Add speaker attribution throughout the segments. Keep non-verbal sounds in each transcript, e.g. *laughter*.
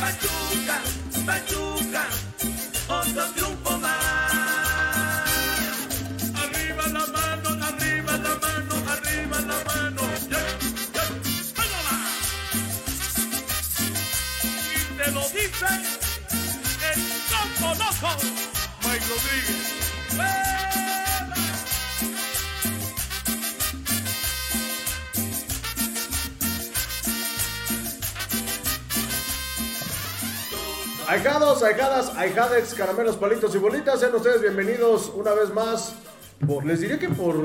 Speaker 1: Pachuca, Pachuca, otro triunfo más. Arriba la mano, arriba la mano, arriba la mano. Yeah, yeah. ¡Vámonos! Y te lo dice el topo loco, Mike Rodríguez. ¡Fuera!
Speaker 2: Ahijados, ahijadas, ahijadex, caramelos, palitos y bolitas, sean ustedes bienvenidos una vez más. Por- les diría que por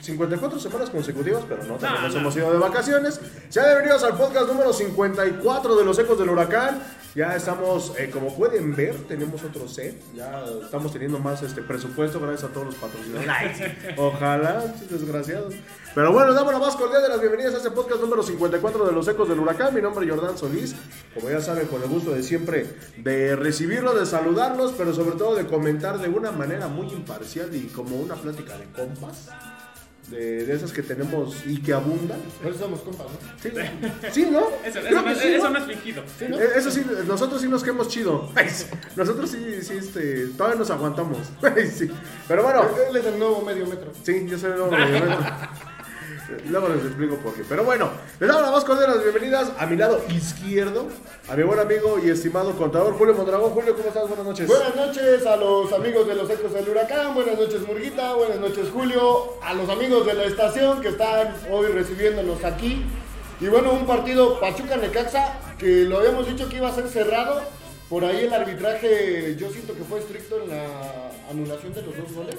Speaker 2: 54 semanas consecutivas, pero no, también nos hemos ido de vacaciones. Sean bienvenidos al podcast número 54 de Los Ecos del Huracán. Ya estamos, eh, como pueden ver, tenemos otro set. Ya estamos teniendo más este presupuesto gracias a todos los patrocinadores. Ojalá, desgraciados. Pero bueno, damos la más cordial de las bienvenidas a este podcast número 54 de Los Ecos del Huracán. Mi nombre es Jordán Solís. Como ya saben, con el gusto de siempre de recibirlos, de saludarlos, pero sobre todo de comentar de una manera muy imparcial y como una plática de compas. De, de esas que tenemos y que abundan.
Speaker 3: Por eso somos compas, ¿no?
Speaker 4: *laughs*
Speaker 2: Sí, sí, ¿no?
Speaker 4: Eso, eso
Speaker 2: Creo
Speaker 4: no,
Speaker 2: que
Speaker 4: es-
Speaker 2: sí, ¿no?
Speaker 4: eso no es fingido.
Speaker 2: Eh, Eso sí, nosotros sí nos quedamos chido. *laughs* Ay, sí. Nosotros sí, sí, este, todavía nos aguantamos. *laughs* Ay, sí. Pero bueno,
Speaker 3: Él es el nuevo medio metro.
Speaker 2: Sí, yo soy el hombre
Speaker 3: *laughs*
Speaker 2: de Beto. Luego les explico por qué. Pero bueno, les damos la más cordial de las bienvenidas a mi lado izquierdo, a mi buen amigo y estimado contador Julio Mondragón. Julio, ¿cómo estás? Buenas noches.
Speaker 3: Buenas noches a los amigos de los Ecos del Huracán, buenas noches Murguita, buenas noches Julio, a los amigos de la estación que están hoy recibiéndonos aquí. Y bueno, un partido Pachuca-Necaxa que lo habíamos dicho que iba a ser cerrado. Por ahí el arbitraje yo siento que fue estricto en la anulación de los dos goles.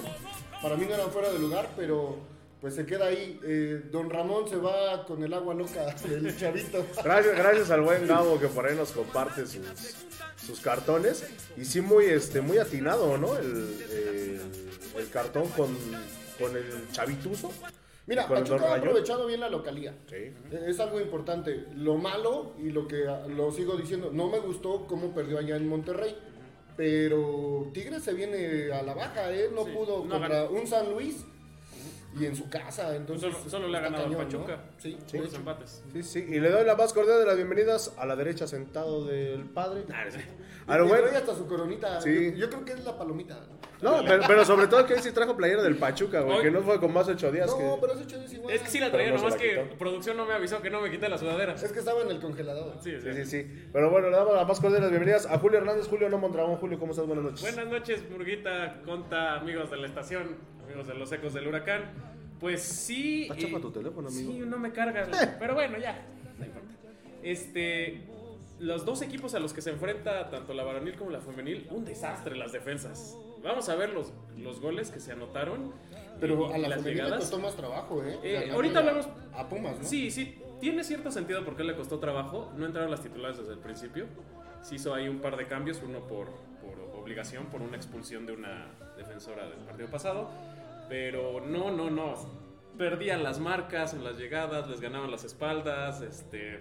Speaker 3: Para mí no eran fuera de lugar, pero pues se queda ahí. Eh, don Ramón se va con el agua loca del chavito.
Speaker 2: Gracias, gracias al buen Gabo que por ahí nos comparte sus, sus cartones. Y sí, muy, este, muy atinado, ¿no? El, el- el cartón con, con el chavituzo.
Speaker 3: Mira,
Speaker 2: con el Don
Speaker 3: Pachuca ha
Speaker 2: Rayón.
Speaker 3: aprovechado bien la localía.
Speaker 2: Sí.
Speaker 3: Eh, Es algo importante. Lo malo, y lo que ah, lo sigo diciendo, no me gustó cómo perdió allá en Monterrey. Pero Tigres se viene a la baja, ¿eh? No
Speaker 4: Sí,
Speaker 3: pudo
Speaker 4: no
Speaker 3: contra
Speaker 4: ganó.
Speaker 3: un San Luis y en su casa. Entonces,
Speaker 4: Solo- solo le ha
Speaker 3: está
Speaker 4: ganado al
Speaker 3: cañón, ¿no?
Speaker 4: Pachuca.
Speaker 3: Sí,
Speaker 4: Sí,
Speaker 3: de
Speaker 4: los
Speaker 3: hecho.
Speaker 4: empates.
Speaker 2: Sí, sí. Y le doy la más cordial de las bienvenidas a la derecha sentado del padre. A lo
Speaker 3: Ah, Y
Speaker 2: Ah, bueno.
Speaker 3: trae hasta su coronita.
Speaker 2: Sí.
Speaker 3: Yo, yo creo que es la palomita.
Speaker 2: No, pero, pero sobre todo que hoy sí trajo playera del Pachuca, güey,
Speaker 4: Hoy-
Speaker 2: que no fue con más ocho días.
Speaker 3: No,
Speaker 2: que...
Speaker 3: pero ese hecho es igual.
Speaker 4: Es que sí la
Speaker 2: Pero
Speaker 4: traía,
Speaker 2: no se
Speaker 4: nomás
Speaker 2: la
Speaker 4: que
Speaker 2: quitó.
Speaker 4: producción no me avisó que no me quita la sudadera.
Speaker 3: Es que estaba en el congelador.
Speaker 4: Sí, o sea.
Speaker 2: Sí, sí, sí. Pero bueno, le damos las más cordiales bienvenidas a Julio Hernández, Julio No Mondragón. Julio, ¿cómo estás? Buenas noches.
Speaker 4: Buenas noches, Murguita, Conta, amigos de la estación, amigos de los ecos del huracán. Pues sí.
Speaker 2: Está chafa tu teléfono, amigo.
Speaker 4: Sí, no me carga.
Speaker 2: *laughs*
Speaker 4: Pero bueno, ya. No importa. Este. Los dos equipos a los que se enfrenta tanto la varonil como la femenil, un desastre las defensas. Vamos a ver los, los goles que se anotaron.
Speaker 3: Pero
Speaker 4: y-
Speaker 3: a
Speaker 4: y
Speaker 3: la
Speaker 4: las
Speaker 3: familia le
Speaker 4: llegadas.
Speaker 3: costó más trabajo, ¿eh?
Speaker 4: Eh,
Speaker 3: Ganarle
Speaker 4: ahorita
Speaker 3: a-
Speaker 4: hablamos-
Speaker 3: A Pumas, ¿no?
Speaker 4: Sí, sí, tiene cierto sentido porque le costó trabajo. No entraron las titulares desde el principio. Se hizo ahí un par de cambios, uno por, por obligación, por una expulsión de una defensora del partido pasado. Pero no, no, no. Perdían las marcas en las llegadas, les ganaban las espaldas. Este.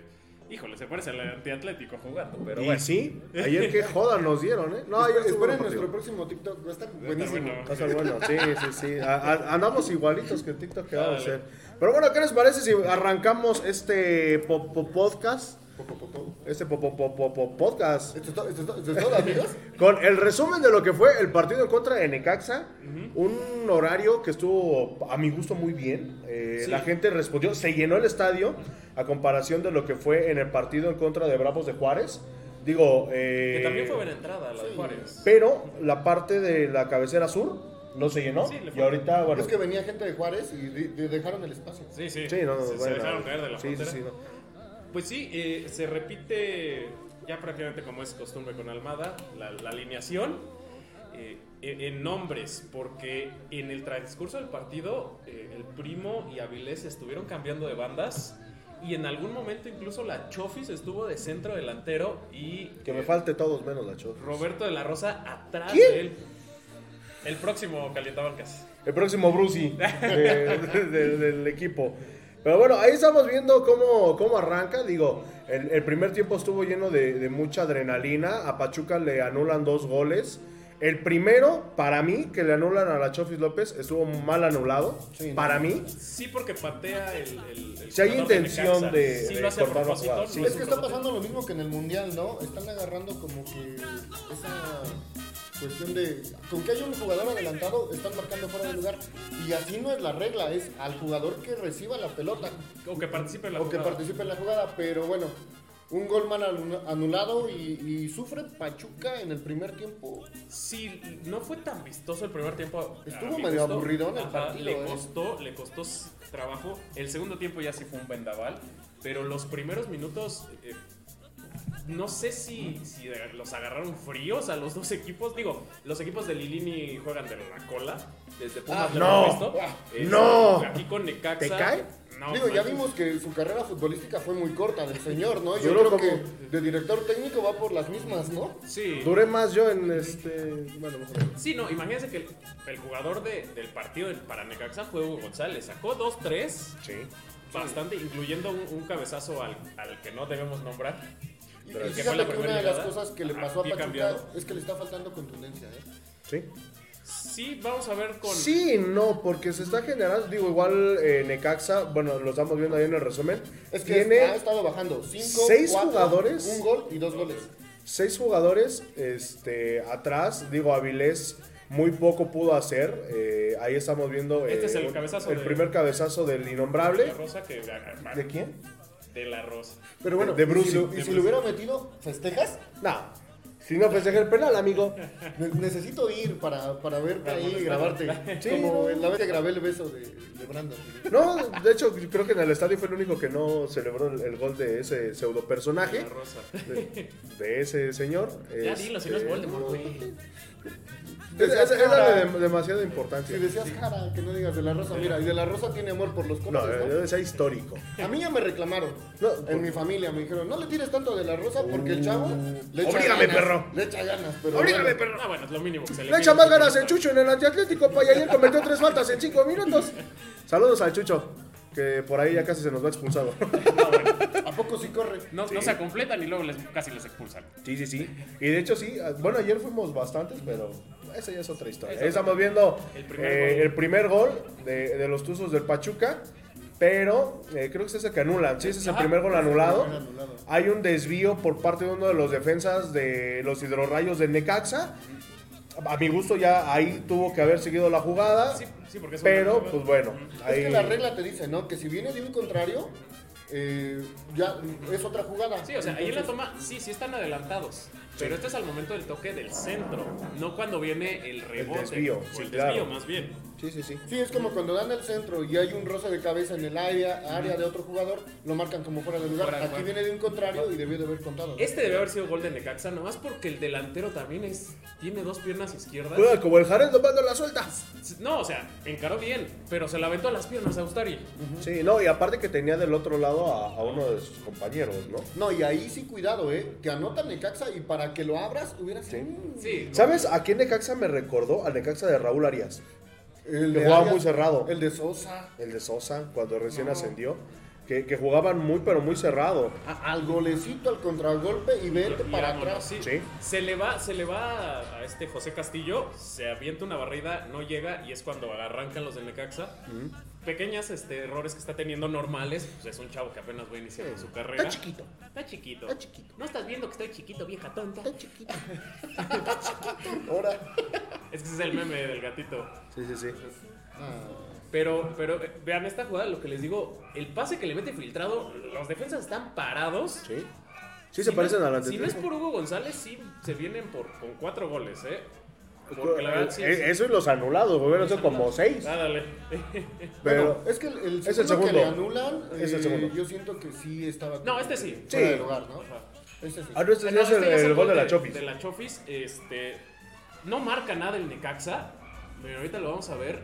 Speaker 4: Híjole, se parece al antiatlético jugando, pero
Speaker 2: Y
Speaker 4: bueno.
Speaker 2: sí, ayer qué joda nos dieron, ¿eh? No, ayer estuvo
Speaker 3: Esperen
Speaker 2: bueno
Speaker 3: nuestro
Speaker 2: partido.
Speaker 3: próximo TikTok, va a estar
Speaker 4: Está
Speaker 3: buenísimo.
Speaker 4: bueno.
Speaker 2: Va a ser bueno, sí, sí, sí. A- a- andamos igualitos que el TikTok que va a
Speaker 4: Dale.
Speaker 2: ser. Pero bueno, ¿qué les parece si arrancamos este po- po- podcast?
Speaker 3: Po, po, po, po.
Speaker 2: Este po- po- po- po- po- podcast.
Speaker 3: ¿Esto es todo, esto es todo, esto es todo, amigos?
Speaker 2: Con el resumen de lo que fue el partido en contra de Necaxa, un horario que estuvo a mi gusto muy bien. Eh,
Speaker 4: Sí.
Speaker 2: La gente respondió, se llenó el estadio a comparación de lo que fue en el partido en contra de Bravos de Juárez. Digo, eh,
Speaker 4: Que también fue buena entrada la de Juárez.
Speaker 2: pero la parte de la cabecera sur no se llenó.
Speaker 4: Sí,
Speaker 2: y
Speaker 4: le fue
Speaker 2: ahorita, bueno,
Speaker 3: Es que venía gente de Juárez y de- de- dejaron el espacio.
Speaker 4: Sí, sí.
Speaker 2: sí, no, no,
Speaker 4: se, se
Speaker 2: bueno,
Speaker 4: dejaron caer de la
Speaker 2: sí, sí,
Speaker 4: frontera.
Speaker 2: sí, no.
Speaker 4: Pues sí, eh, se repite ya prácticamente como es costumbre con Almada, la, la alineación eh, en, en nombres, porque en el transcurso del partido eh, el primo y Avilés estuvieron cambiando de bandas y en algún momento incluso la Chofis estuvo de centro delantero y
Speaker 2: Que me
Speaker 4: eh,
Speaker 2: falte todos menos la chota.
Speaker 4: Roberto de la Rosa atrás
Speaker 2: ¿Quién?
Speaker 4: de él. El próximo calientabancas.
Speaker 2: El próximo Brucey de- de- *laughs* del equipo. Pero bueno, ahí estamos viendo cómo, cómo arranca. Digo, el, el primer tiempo estuvo lleno de, de mucha adrenalina. A Pachuca le anulan dos goles. El primero, para mí, que le anulan a la Chofis López, estuvo mal anulado.
Speaker 3: Sí, no.
Speaker 2: para mí.
Speaker 4: Sí, porque patea el. el, el
Speaker 2: Si hay
Speaker 4: jugador de
Speaker 2: intención
Speaker 4: Necaxa.
Speaker 2: de-
Speaker 4: Sí
Speaker 2: de
Speaker 4: lo hace a
Speaker 2: cortar la
Speaker 4: propósito,
Speaker 2: jugada.
Speaker 4: no
Speaker 2: Sí,
Speaker 4: es
Speaker 3: Es que
Speaker 4: un
Speaker 3: está
Speaker 4: rebote.
Speaker 3: pasando lo mismo que en el mundial, ¿no? Están agarrando como que esa cuestión de. Con que hay un jugador adelantado, están marcando fuera de lugar. Y así no es la regla, es al jugador que reciba la pelota
Speaker 4: O que participe en la
Speaker 3: o que
Speaker 4: jugada.
Speaker 3: participe en la jugada. Pero bueno, un gol mal anu- anulado y, y sufre Pachuca en el primer tiempo.
Speaker 4: Sí, no fue tan vistoso el primer tiempo. a
Speaker 3: Estuvo
Speaker 4: mi
Speaker 3: medio
Speaker 4: gusto.
Speaker 3: aburridón el
Speaker 4: Ajá,
Speaker 3: partido,
Speaker 4: Le
Speaker 3: ¿eh?
Speaker 4: costó, le costó s- trabajo. El segundo tiempo ya sí fue un vendaval, pero los primeros minutos. eh, no sé si, si los agarraron fríos a los dos equipos. Digo, los equipos de Lilini juegan de la cola. Desde
Speaker 3: Ah,
Speaker 4: Pumas lo
Speaker 2: no.
Speaker 4: hemos visto.
Speaker 3: Ah,
Speaker 4: Este,
Speaker 2: no.
Speaker 4: Aquí con Necaxa.
Speaker 2: ¿Te cae?
Speaker 4: No, pues,
Speaker 3: Digo, ya
Speaker 4: manches.
Speaker 3: vimos que su carrera futbolística fue muy corta *laughs* del señor, ¿no? Yo
Speaker 2: Duró
Speaker 3: creo que
Speaker 2: como-
Speaker 3: de director técnico va por las mismas, ¿no?
Speaker 4: Sí.
Speaker 2: Duré más yo en este. Bueno, mejor. no.
Speaker 4: Sí, no, imagínense que el, el jugador de- del partido del- para Necaxa fue Hugo González. Sacó dos, tres,
Speaker 2: Sí.
Speaker 4: bastante, incluyendo un, un cabezazo al, al que no debemos nombrar.
Speaker 3: Y
Speaker 4: Pero el que
Speaker 3: fíjate
Speaker 4: fue la
Speaker 3: que
Speaker 4: primera
Speaker 3: una de las
Speaker 4: llegada,
Speaker 3: cosas que le
Speaker 4: ajá,
Speaker 3: pasó a
Speaker 4: pie
Speaker 3: Pachuca
Speaker 4: cambiado.
Speaker 3: es que le está faltando contundencia, ¿eh?
Speaker 2: Sí.
Speaker 4: Sí, vamos a ver con...
Speaker 2: Sí, y no, porque se está generando, digo, igual eh, Necaxa, bueno, lo estamos viendo ahí en el resumen,
Speaker 3: Es que
Speaker 2: tiene
Speaker 3: ha estado bajando. Cinco,
Speaker 2: seis
Speaker 3: cuatro,
Speaker 2: jugadores.
Speaker 3: Un gol y dos goles.
Speaker 2: seis jugadores este, atrás, digo, Avilés muy poco pudo hacer, eh, ahí estamos viendo
Speaker 4: Este
Speaker 2: eh,
Speaker 4: es el
Speaker 2: un-
Speaker 4: cabezazo
Speaker 2: el
Speaker 4: de-
Speaker 2: primer cabezazo del
Speaker 4: de
Speaker 2: innombrable.
Speaker 4: la Rosa que... ah,
Speaker 2: ¿De quién?
Speaker 4: De la Rosa.
Speaker 2: Pero bueno,
Speaker 3: De
Speaker 2: de
Speaker 3: Bruce. Y si
Speaker 2: Bruce.
Speaker 3: lo, y si lo hubiera metido, ¿festejas?
Speaker 2: No, si no festeja el penal, amigo.
Speaker 3: Ne- necesito ir para, para verte ahí y grabarte.
Speaker 2: Sí,
Speaker 3: Como
Speaker 2: no.
Speaker 3: la vez que grabé el beso de, de Brandon.
Speaker 2: No, de hecho, creo que en el estadio fue el único que no celebró el, el gol de ese pseudo
Speaker 4: De
Speaker 2: personaje,
Speaker 4: la Rosa.
Speaker 2: de, de ese señor.
Speaker 4: Ya dilo, si no es
Speaker 2: Este,
Speaker 4: Voldemort, güey.
Speaker 2: Es, es- es
Speaker 3: Ahora,
Speaker 2: darle dem- demasiada
Speaker 3: Si
Speaker 2: importancia.
Speaker 3: decías cara, que no digas de la rosa, mira, y de la rosa tiene amor por los
Speaker 2: No,
Speaker 3: cortes,
Speaker 4: eh,
Speaker 3: ¿no?
Speaker 2: debe ser histórico.
Speaker 3: A mí ya me reclamaron.
Speaker 2: No, pues. Mm.
Speaker 3: en
Speaker 2: por-
Speaker 3: mi familia me dijeron, no le tires tanto de la rosa porque el chavo le echa
Speaker 2: Oblígame,
Speaker 3: ganas,
Speaker 2: perro.
Speaker 3: Le echa ganas, pero
Speaker 2: Oblígame,
Speaker 3: bueno.
Speaker 2: perro.
Speaker 4: Ah, bueno, es lo mínimo que se le...
Speaker 2: Le
Speaker 4: pide
Speaker 2: echa
Speaker 4: a un
Speaker 2: más ganas el
Speaker 4: futbolista.
Speaker 2: Chucho en el antiatlético, pa, y ayer cometió tres faltas en cinco minutos. Saludos al Chucho, que por ahí ya casi se nos va expulsado.
Speaker 3: ¿A poco sí corre?
Speaker 4: No, no se completan y luego les, casi les expulsan.
Speaker 2: Sí, sí, sí. Y de hecho, sí, bueno, ayer fuimos bastantes, pero esa ya es otra historia. Ahí estamos viendo
Speaker 4: El
Speaker 2: el
Speaker 4: primer
Speaker 2: primer,
Speaker 4: gol.
Speaker 2: el primer gol de, de los Tuzos del Pachuca, pero eh, creo que es ese que anulan. Sí, ese es Ah. el
Speaker 4: Ajá.
Speaker 2: primer gol anulado.
Speaker 3: primer anulado.
Speaker 2: Hay un desvío por parte de uno de los defensas de los hidrorrayos de Necaxa. A mi gusto ya ahí tuvo que haber seguido la jugada,
Speaker 4: Sí, sí, porque es un-
Speaker 2: pero pues bueno. Ahí...
Speaker 3: Es que la regla te dice, ¿no? Que si viene de un contrario, eh, ya es otra jugada.
Speaker 4: Sí, o sea, ahí en la
Speaker 3: Entonces,
Speaker 4: toma, sí, sí están adelantados. Pero este es al momento del toque del centro, no cuando viene el rebote.
Speaker 2: desvío,
Speaker 4: o
Speaker 2: sí,
Speaker 4: el
Speaker 2: claro.
Speaker 4: desvío, más bien.
Speaker 2: Sí, sí, sí.
Speaker 3: Sí, es como cuando dan el centro y hay un roce de cabeza en el área, área de otro jugador, lo marcan como fuera de lugar.
Speaker 4: Fuera de
Speaker 3: Aquí
Speaker 4: lugar.
Speaker 3: viene de un contrario y debió de haber contado. ¿no?
Speaker 4: Este debe haber sido gol de Necaxa, nomás porque el delantero también es tiene dos piernas izquierdas.
Speaker 2: Juega como el Jared tomando las sueltas.
Speaker 4: No, o sea, encaró bien, pero se la aventó a las piernas a Ustari.
Speaker 2: Sí, no, y aparte que tenía del otro lado a, a uno de sus compañeros, ¿no?
Speaker 3: No, y ahí sí cuidado, ¿eh? Te anotan Necaxa y para que lo abras hubiera sido... un-
Speaker 4: Sí.
Speaker 2: ¿Sabes a quién Necaxa me recordó? Al Necaxa de Raúl Arias.
Speaker 3: El
Speaker 2: Que jugaba
Speaker 3: Arias,
Speaker 2: muy cerrado.
Speaker 3: El de Sosa.
Speaker 2: El de Sosa, cuando recién ascendió. Que, que jugaban muy, pero muy cerrado.
Speaker 3: a- al golecito, al contragolpe y vete
Speaker 4: Y
Speaker 3: para
Speaker 4: vámonos,
Speaker 3: atrás.
Speaker 4: sí.
Speaker 2: Sí.
Speaker 4: Se le va, se le va a- a este José Castillo, se avienta una barrida, no llega y es cuando arrancan los de Necaxa. Pequeñas este, errores que está teniendo normales, pues es un chavo que apenas va iniciando su carrera.
Speaker 2: Está chiquito.
Speaker 4: Está chiquito.
Speaker 3: Está chiquito.
Speaker 4: No estás viendo que estoy chiquito, vieja tonta.
Speaker 3: Está chiquito. Está chiquito. Ahora.
Speaker 4: Es que ese es el meme del gatito.
Speaker 2: Sí, sí, sí.
Speaker 4: Pero, pero eh, vean esta jugada, lo que les digo, el pase que le mete filtrado, los defensas están parados.
Speaker 2: Sí. Sí, se
Speaker 4: Si
Speaker 2: parecen
Speaker 4: no,
Speaker 2: a la
Speaker 4: Si no es
Speaker 2: anterior.
Speaker 4: por Hugo González, sí se vienen por, con cuatro goles, ¿eh? Porque la verdad sí.
Speaker 2: Eh, Eso y los anulados, hubieran sido como seis.
Speaker 4: Ah, dale.
Speaker 2: Pero.
Speaker 3: Bueno, es que el, el segundo,
Speaker 2: es el
Speaker 3: que
Speaker 2: segundo.
Speaker 3: le anulan,
Speaker 2: Es el
Speaker 3: eh,
Speaker 2: segundo.
Speaker 3: yo siento que sí estaba.
Speaker 4: No, este sí.
Speaker 3: Fuera
Speaker 2: Sí.
Speaker 3: de lugar, ¿no?
Speaker 4: Ajá.
Speaker 3: Este sí.
Speaker 2: Ah, no, este
Speaker 4: No,
Speaker 2: sí es el,
Speaker 4: ya
Speaker 2: el gol de la Chofis.
Speaker 4: De la Chofis, este. No marca nada el Necaxa, pero ahorita lo vamos a ver.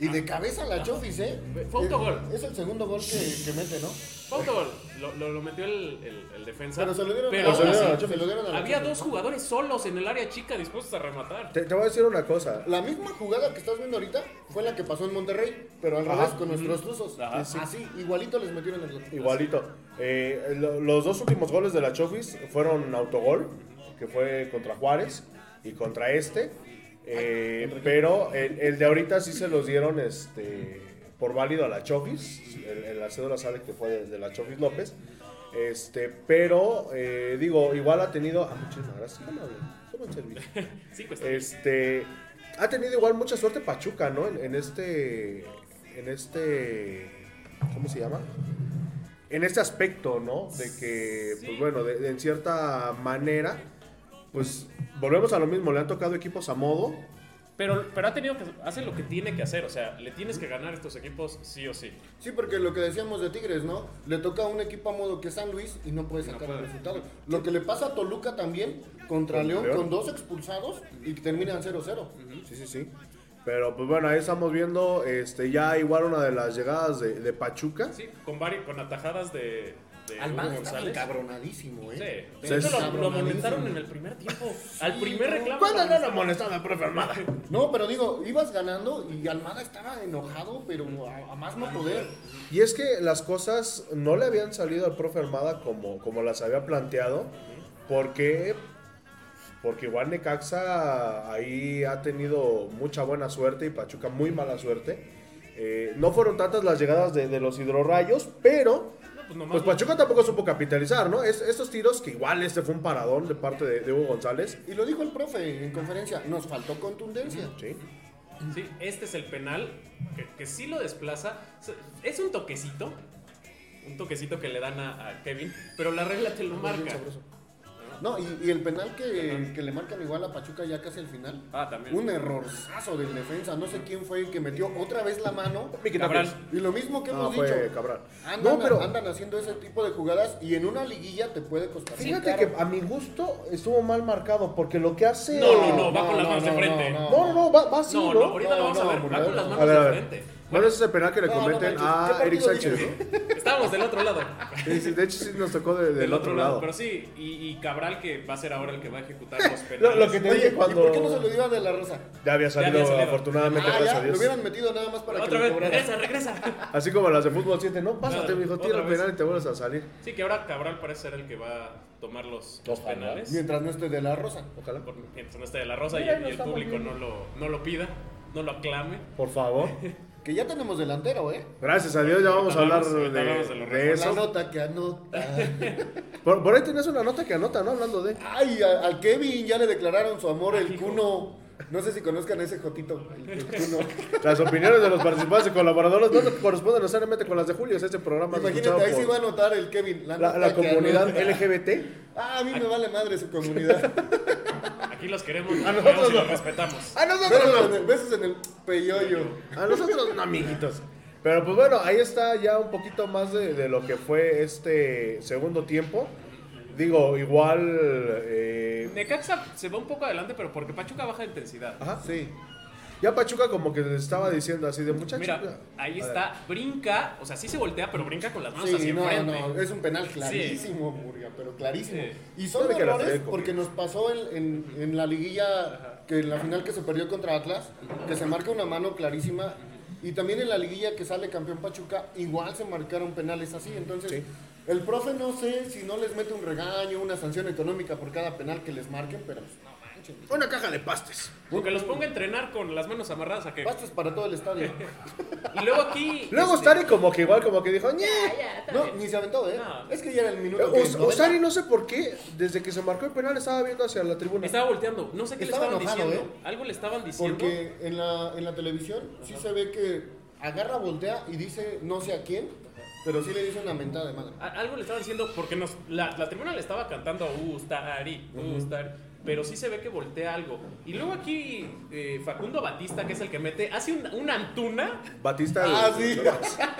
Speaker 3: Y de cabeza la Chofis, ¿eh?
Speaker 4: Fue autogol.
Speaker 3: Es, es el segundo gol que, que mete, ¿no?
Speaker 4: Fue autogol. Lo, lo, lo metió el, el, el defensa.
Speaker 3: Pero se lo dieron
Speaker 4: Pero
Speaker 3: a
Speaker 2: se lo
Speaker 4: aún
Speaker 2: dieron a
Speaker 4: así,
Speaker 2: la Chofis.
Speaker 3: se lo dieron a la
Speaker 4: había
Speaker 3: Chofis,
Speaker 4: dos
Speaker 3: ¿no?
Speaker 4: jugadores solos en el área chica dispuestos a rematar.
Speaker 2: Te, te voy a decir una cosa.
Speaker 3: La misma jugada que estás viendo ahorita fue la que pasó en Monterrey, pero al
Speaker 2: Ajá.
Speaker 3: revés con nuestros rusos.
Speaker 4: Ajá.
Speaker 3: Sí, sí. Así, igualito les metieron el gol.
Speaker 2: Igualito. Eh, lo- los dos últimos goles de la Chofis fueron autogol, que fue contra Juárez. y contra este. Eh, pero el, el de ahorita sí se los dieron este, por válido a la Chofis. En, en la cédula sale que fue de, de la Chofis López. Este, pero eh, digo, igual ha tenido. Ah, muchísimas gracias. ¿Cómo hablo? ¿Cómo en servicio?
Speaker 4: Cinco estrellas.
Speaker 2: Este ha tenido igual mucha suerte Pachuca, ¿no? En, en este en este ¿cómo se llama? En este aspecto, ¿no? De que pues bueno, de, de- en cierta manera pues volvemos a lo mismo, le han tocado equipos a modo.
Speaker 4: Pero, pero ha tenido que hace lo que tiene que hacer, o sea, le tienes que ganar a estos equipos sí o sí.
Speaker 3: Sí, porque lo que decíamos de Tigres, ¿no? Le toca a un equipo a modo que es San Luis y no puede
Speaker 4: No
Speaker 3: sacar
Speaker 4: puede.
Speaker 3: el resultado. Lo que le pasa a Toluca también contra León
Speaker 2: León.
Speaker 3: con dos expulsados y que terminan 0-0.
Speaker 2: Sí, sí, sí. Pero pues bueno, ahí estamos viendo este ya igual una de las llegadas de, de Pachuca.
Speaker 4: Sí, con, vari- con atajadas de, de Hugo
Speaker 3: Almada está
Speaker 4: González.
Speaker 3: encabronadísimo,
Speaker 4: Sí.
Speaker 3: ¿eh?
Speaker 4: De hecho, lo, lo
Speaker 3: Cabronadísimo.
Speaker 4: amonestaron en el primer tiempo. Al primer
Speaker 3: no.
Speaker 4: reclamo.
Speaker 2: ¿Cuándo
Speaker 4: lo
Speaker 2: no la
Speaker 4: amonestaron.
Speaker 2: molestan a profe Armada?
Speaker 3: No, pero digo, ibas ganando y Almada estaba enojado, pero a, a más no poder.
Speaker 2: Y es que las cosas no le habían salido al profe Armada como, como las había planteado, porque, porque igual Necaxa ahí ha tenido mucha buena suerte y Pachuca muy mala suerte. Eh, no fueron tantas las llegadas de, de los hidrorrayos, pero
Speaker 4: No, pues nomás
Speaker 2: pues
Speaker 4: lo-
Speaker 2: Pachuca tampoco supo capitalizar, ¿no? Es- estos tiros, que igual este fue un paradón de parte de, de Hugo González.
Speaker 3: Y lo dijo el profe en conferencia, nos faltó contundencia.
Speaker 2: Sí.
Speaker 4: Sí, este es el penal que, que sí lo desplaza. Se- Es un toquecito. Un toquecito que le dan a, a Kevin, pero la regla te lo marca.
Speaker 3: No, y, y el penal que, que le marcan igual a Pachuca ya casi al final.
Speaker 4: Ah, también.
Speaker 3: Un errorzazo del defensa, no sé quién fue el que metió otra vez la mano.
Speaker 4: Cabral.
Speaker 3: Y lo mismo que
Speaker 2: No,
Speaker 3: hemos
Speaker 2: fue
Speaker 3: dicho.
Speaker 2: Cabral.
Speaker 3: Andan,
Speaker 2: no, pero
Speaker 3: andan haciendo ese tipo de jugadas y en una liguilla te puede costar. muy
Speaker 2: fíjate
Speaker 3: caro.
Speaker 2: que a mi gusto estuvo mal marcado, porque lo que hace...
Speaker 4: No, no, no, va con las manos de frente.
Speaker 2: No, no, no, va, va así,
Speaker 4: No,
Speaker 2: ¿no?
Speaker 4: no, ahorita lo vamos
Speaker 3: No, no,
Speaker 4: a ver. Va
Speaker 3: no,
Speaker 4: con las
Speaker 3: no.
Speaker 2: A
Speaker 4: manos
Speaker 2: ver, a
Speaker 4: de
Speaker 2: ver.
Speaker 4: freten.
Speaker 2: Bueno, ese es el penal que le
Speaker 3: No, no
Speaker 2: cometen
Speaker 3: manches, ¿qué
Speaker 2: a
Speaker 3: partido
Speaker 2: Eric Sánchez,
Speaker 3: dices? eh?
Speaker 2: ¿no?
Speaker 4: Estábamos del
Speaker 2: *laughs*
Speaker 4: otro lado.
Speaker 2: Sí, sí, de hecho, sí nos tocó de- del, otro, lado.
Speaker 4: Pero sí, y, y Cabral que va a ser ahora el que va a
Speaker 2: *laughs*
Speaker 4: ejecutar los penales.
Speaker 2: Lo, lo que te
Speaker 3: Oye,
Speaker 2: dije
Speaker 3: ¿y
Speaker 2: cuando.
Speaker 3: por qué no se lo dio a De La Rosa?
Speaker 2: Ya había salido,
Speaker 4: había salido.
Speaker 2: afortunadamente,
Speaker 3: Ah,
Speaker 2: gracias
Speaker 3: ya,
Speaker 2: a
Speaker 3: lo
Speaker 2: Dios.
Speaker 3: hubieran metido nada más para
Speaker 4: Otra
Speaker 3: que
Speaker 4: vez,
Speaker 3: lo cobraran.
Speaker 4: regresa, regresa. *laughs*
Speaker 2: Así como las de fútbol 7, no, pásate,
Speaker 4: Claro,
Speaker 2: mijo,
Speaker 4: otra
Speaker 2: tira el
Speaker 4: vez.
Speaker 2: penal y te vuelves a salir.
Speaker 4: Sí, que ahora Cabral parece ser el que va a tomar los, los
Speaker 2: Ojalá.
Speaker 4: penales.
Speaker 3: Mientras no esté De La Rosa.
Speaker 2: Ojalá.
Speaker 4: Por- Mientras no esté de la rosa y,
Speaker 2: Mira,
Speaker 4: y
Speaker 2: no
Speaker 4: el
Speaker 2: estamos
Speaker 4: público
Speaker 2: viendo.
Speaker 4: no lo, no lo pida, no lo aclame.
Speaker 2: Por
Speaker 4: *laughs*
Speaker 2: favor.
Speaker 3: Que ya tenemos delantero, ¿eh?
Speaker 2: Gracias a Dios, ya vamos a hablar de,
Speaker 4: Ahorita hablamos de los
Speaker 2: de
Speaker 3: La
Speaker 2: eso.
Speaker 3: nota que anota.
Speaker 2: Por, por ahí tenías una nota que anota, ¿no? Hablando de.
Speaker 3: Ay, a- al Kevin ya le declararon su amor el cuno. No sé si conozcan a ese Jotito, el, el cuno.
Speaker 2: *laughs* Las opiniones de los participantes y colaboradores no se corresponden necesariamente con las de Julio, es este programa es
Speaker 3: Imagínate, ahí
Speaker 2: escuchado
Speaker 3: sí va a
Speaker 2: por
Speaker 3: anotar el Kevin. La,
Speaker 2: la,
Speaker 3: nota
Speaker 2: la
Speaker 3: que
Speaker 2: comunidad
Speaker 3: anota.
Speaker 2: LGBT.
Speaker 3: Ah, a mí me vale madre su comunidad.
Speaker 2: *laughs*
Speaker 4: Aquí los queremos, los
Speaker 2: A
Speaker 4: queremos
Speaker 2: nosotros
Speaker 4: y los
Speaker 2: no.
Speaker 4: respetamos.
Speaker 2: ¡A
Speaker 3: Besos en el, besos en el peyoyo.
Speaker 2: A nosotros no, amiguitos. Pero pues bueno, ahí está ya un poquito más de, de lo que fue este segundo tiempo. Digo, igual... eh,
Speaker 4: Necaxa se va un poco adelante, pero porque Pachuca baja de intensidad.
Speaker 2: ajá.
Speaker 3: Sí.
Speaker 2: Ya Pachuca como que les estaba diciendo así de muchachos.
Speaker 4: Mira, ahí
Speaker 2: a ver,
Speaker 4: está, brinca, o sea, sí se voltea, pero brinca con las manos
Speaker 3: Sí,
Speaker 4: hacia
Speaker 3: no,
Speaker 4: enfrente.
Speaker 3: no, es un penal clarísimo, Murga, pero clarísimo.
Speaker 4: Sí.
Speaker 3: Y son
Speaker 2: Sabe que la
Speaker 3: errores
Speaker 2: trae con-
Speaker 3: porque nos pasó en, en- en la liguilla, que en la final que se perdió contra Atlas, que se marca una mano clarísima. Y también en la liguilla que sale campeón Pachuca, igual se marcaron penales así. Entonces,
Speaker 2: Sí.
Speaker 3: el profe no sé si no les mete un regaño, una sanción económica por cada penal que les marquen, pero pues, no manchen.
Speaker 2: Una caja de pastes.
Speaker 4: Porque los ponga a entrenar con las manos
Speaker 3: *laughs*
Speaker 4: amarradas a que.
Speaker 3: Pastas para todo el
Speaker 4: *laughs*
Speaker 3: estadio.
Speaker 4: Y luego aquí.
Speaker 2: Luego
Speaker 4: este,
Speaker 2: Ustari como que igual como que dijo, "Ñe".
Speaker 3: No, ni se aventó, ¿eh?
Speaker 4: No.
Speaker 3: Es que ya era el minuto.
Speaker 2: Us-
Speaker 3: que- noventa.
Speaker 2: Ustari no sé por qué, desde que se marcó el penal estaba viendo hacia la tribuna.
Speaker 4: Estaba volteando, no sé qué
Speaker 3: Estaba
Speaker 4: le estaban
Speaker 3: enojado,
Speaker 4: diciendo. Algo le estaban diciendo.
Speaker 3: Porque en la, en la televisión sí se ve que agarra, voltea y dice no sé a quién, pero sí le dice una mentada de madre.
Speaker 4: A- Algo le estaban diciendo porque nos, la, la tribuna le estaba cantando a Ustari, Ustari, pero sí se ve que voltea algo. Y luego aquí eh, Facundo Batista, que es el que mete, hace un- una antuna,
Speaker 2: Batista...
Speaker 3: Ah, *laughs*
Speaker 2: el-
Speaker 3: sí.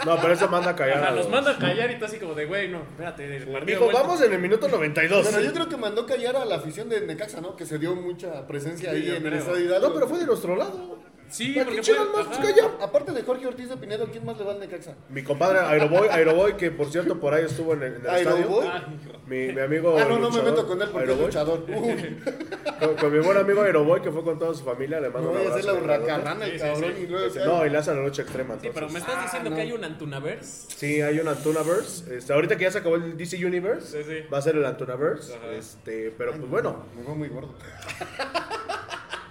Speaker 2: No, pero eso manda a callar.
Speaker 4: ajá,
Speaker 2: a
Speaker 4: los
Speaker 2: los-
Speaker 4: manda a callar y tú así como de, güey, no, espérate, el partido
Speaker 2: Dijo,
Speaker 4: vuelta".
Speaker 2: vamos en el minuto 92.
Speaker 3: Pero yo creo que mandó callar a la afición de Necaxa, ¿no? Que se dio mucha presencia
Speaker 4: Sí,
Speaker 3: ahí
Speaker 4: yo
Speaker 3: en el
Speaker 4: creo.
Speaker 3: estadio Hidalgo.
Speaker 2: No, pero fue de nuestro lado.
Speaker 4: Sí,
Speaker 2: ¿Para
Speaker 4: porque
Speaker 2: qué chingan
Speaker 4: fue-
Speaker 2: más? pues
Speaker 4: ajá.
Speaker 2: Calla.
Speaker 3: Aparte de Jorge Ortiz de Pinedo, ¿quién más le va al Necaxa?
Speaker 2: Mi compadre Aeroboy, Aeroboy, que por cierto por ahí estuvo en el, en el
Speaker 3: ¿Aeroboy?
Speaker 2: estadio. Mi, mi amigo.
Speaker 3: Ah, no, no me
Speaker 2: luchador,
Speaker 3: meto con él porque es
Speaker 2: Aeroboy. *laughs*
Speaker 3: luchador. Uy,
Speaker 2: Con, con mi buen amigo Aeroboy, que fue con toda su familia, le
Speaker 3: me
Speaker 2: mando un
Speaker 3: voy a hacer
Speaker 2: abrazo.
Speaker 3: la hurracarrana
Speaker 4: Sí,
Speaker 3: el
Speaker 4: sí,
Speaker 3: cabrón
Speaker 4: sí.
Speaker 3: y luego...
Speaker 2: No, y le hace la lucha extrema.
Speaker 4: Sí,
Speaker 2: Entonces.
Speaker 4: pero me estás
Speaker 3: Ah,
Speaker 4: diciendo
Speaker 3: no.
Speaker 4: que hay un antunaverse.
Speaker 2: Sí, hay un Antunaverse. Este, ahorita que ya se acabó el DC Universe,
Speaker 4: Sí, sí.
Speaker 2: va a ser el Antunaverse.
Speaker 4: Ajá.
Speaker 2: Este, pero pues bueno,
Speaker 3: Me fue muy gordo.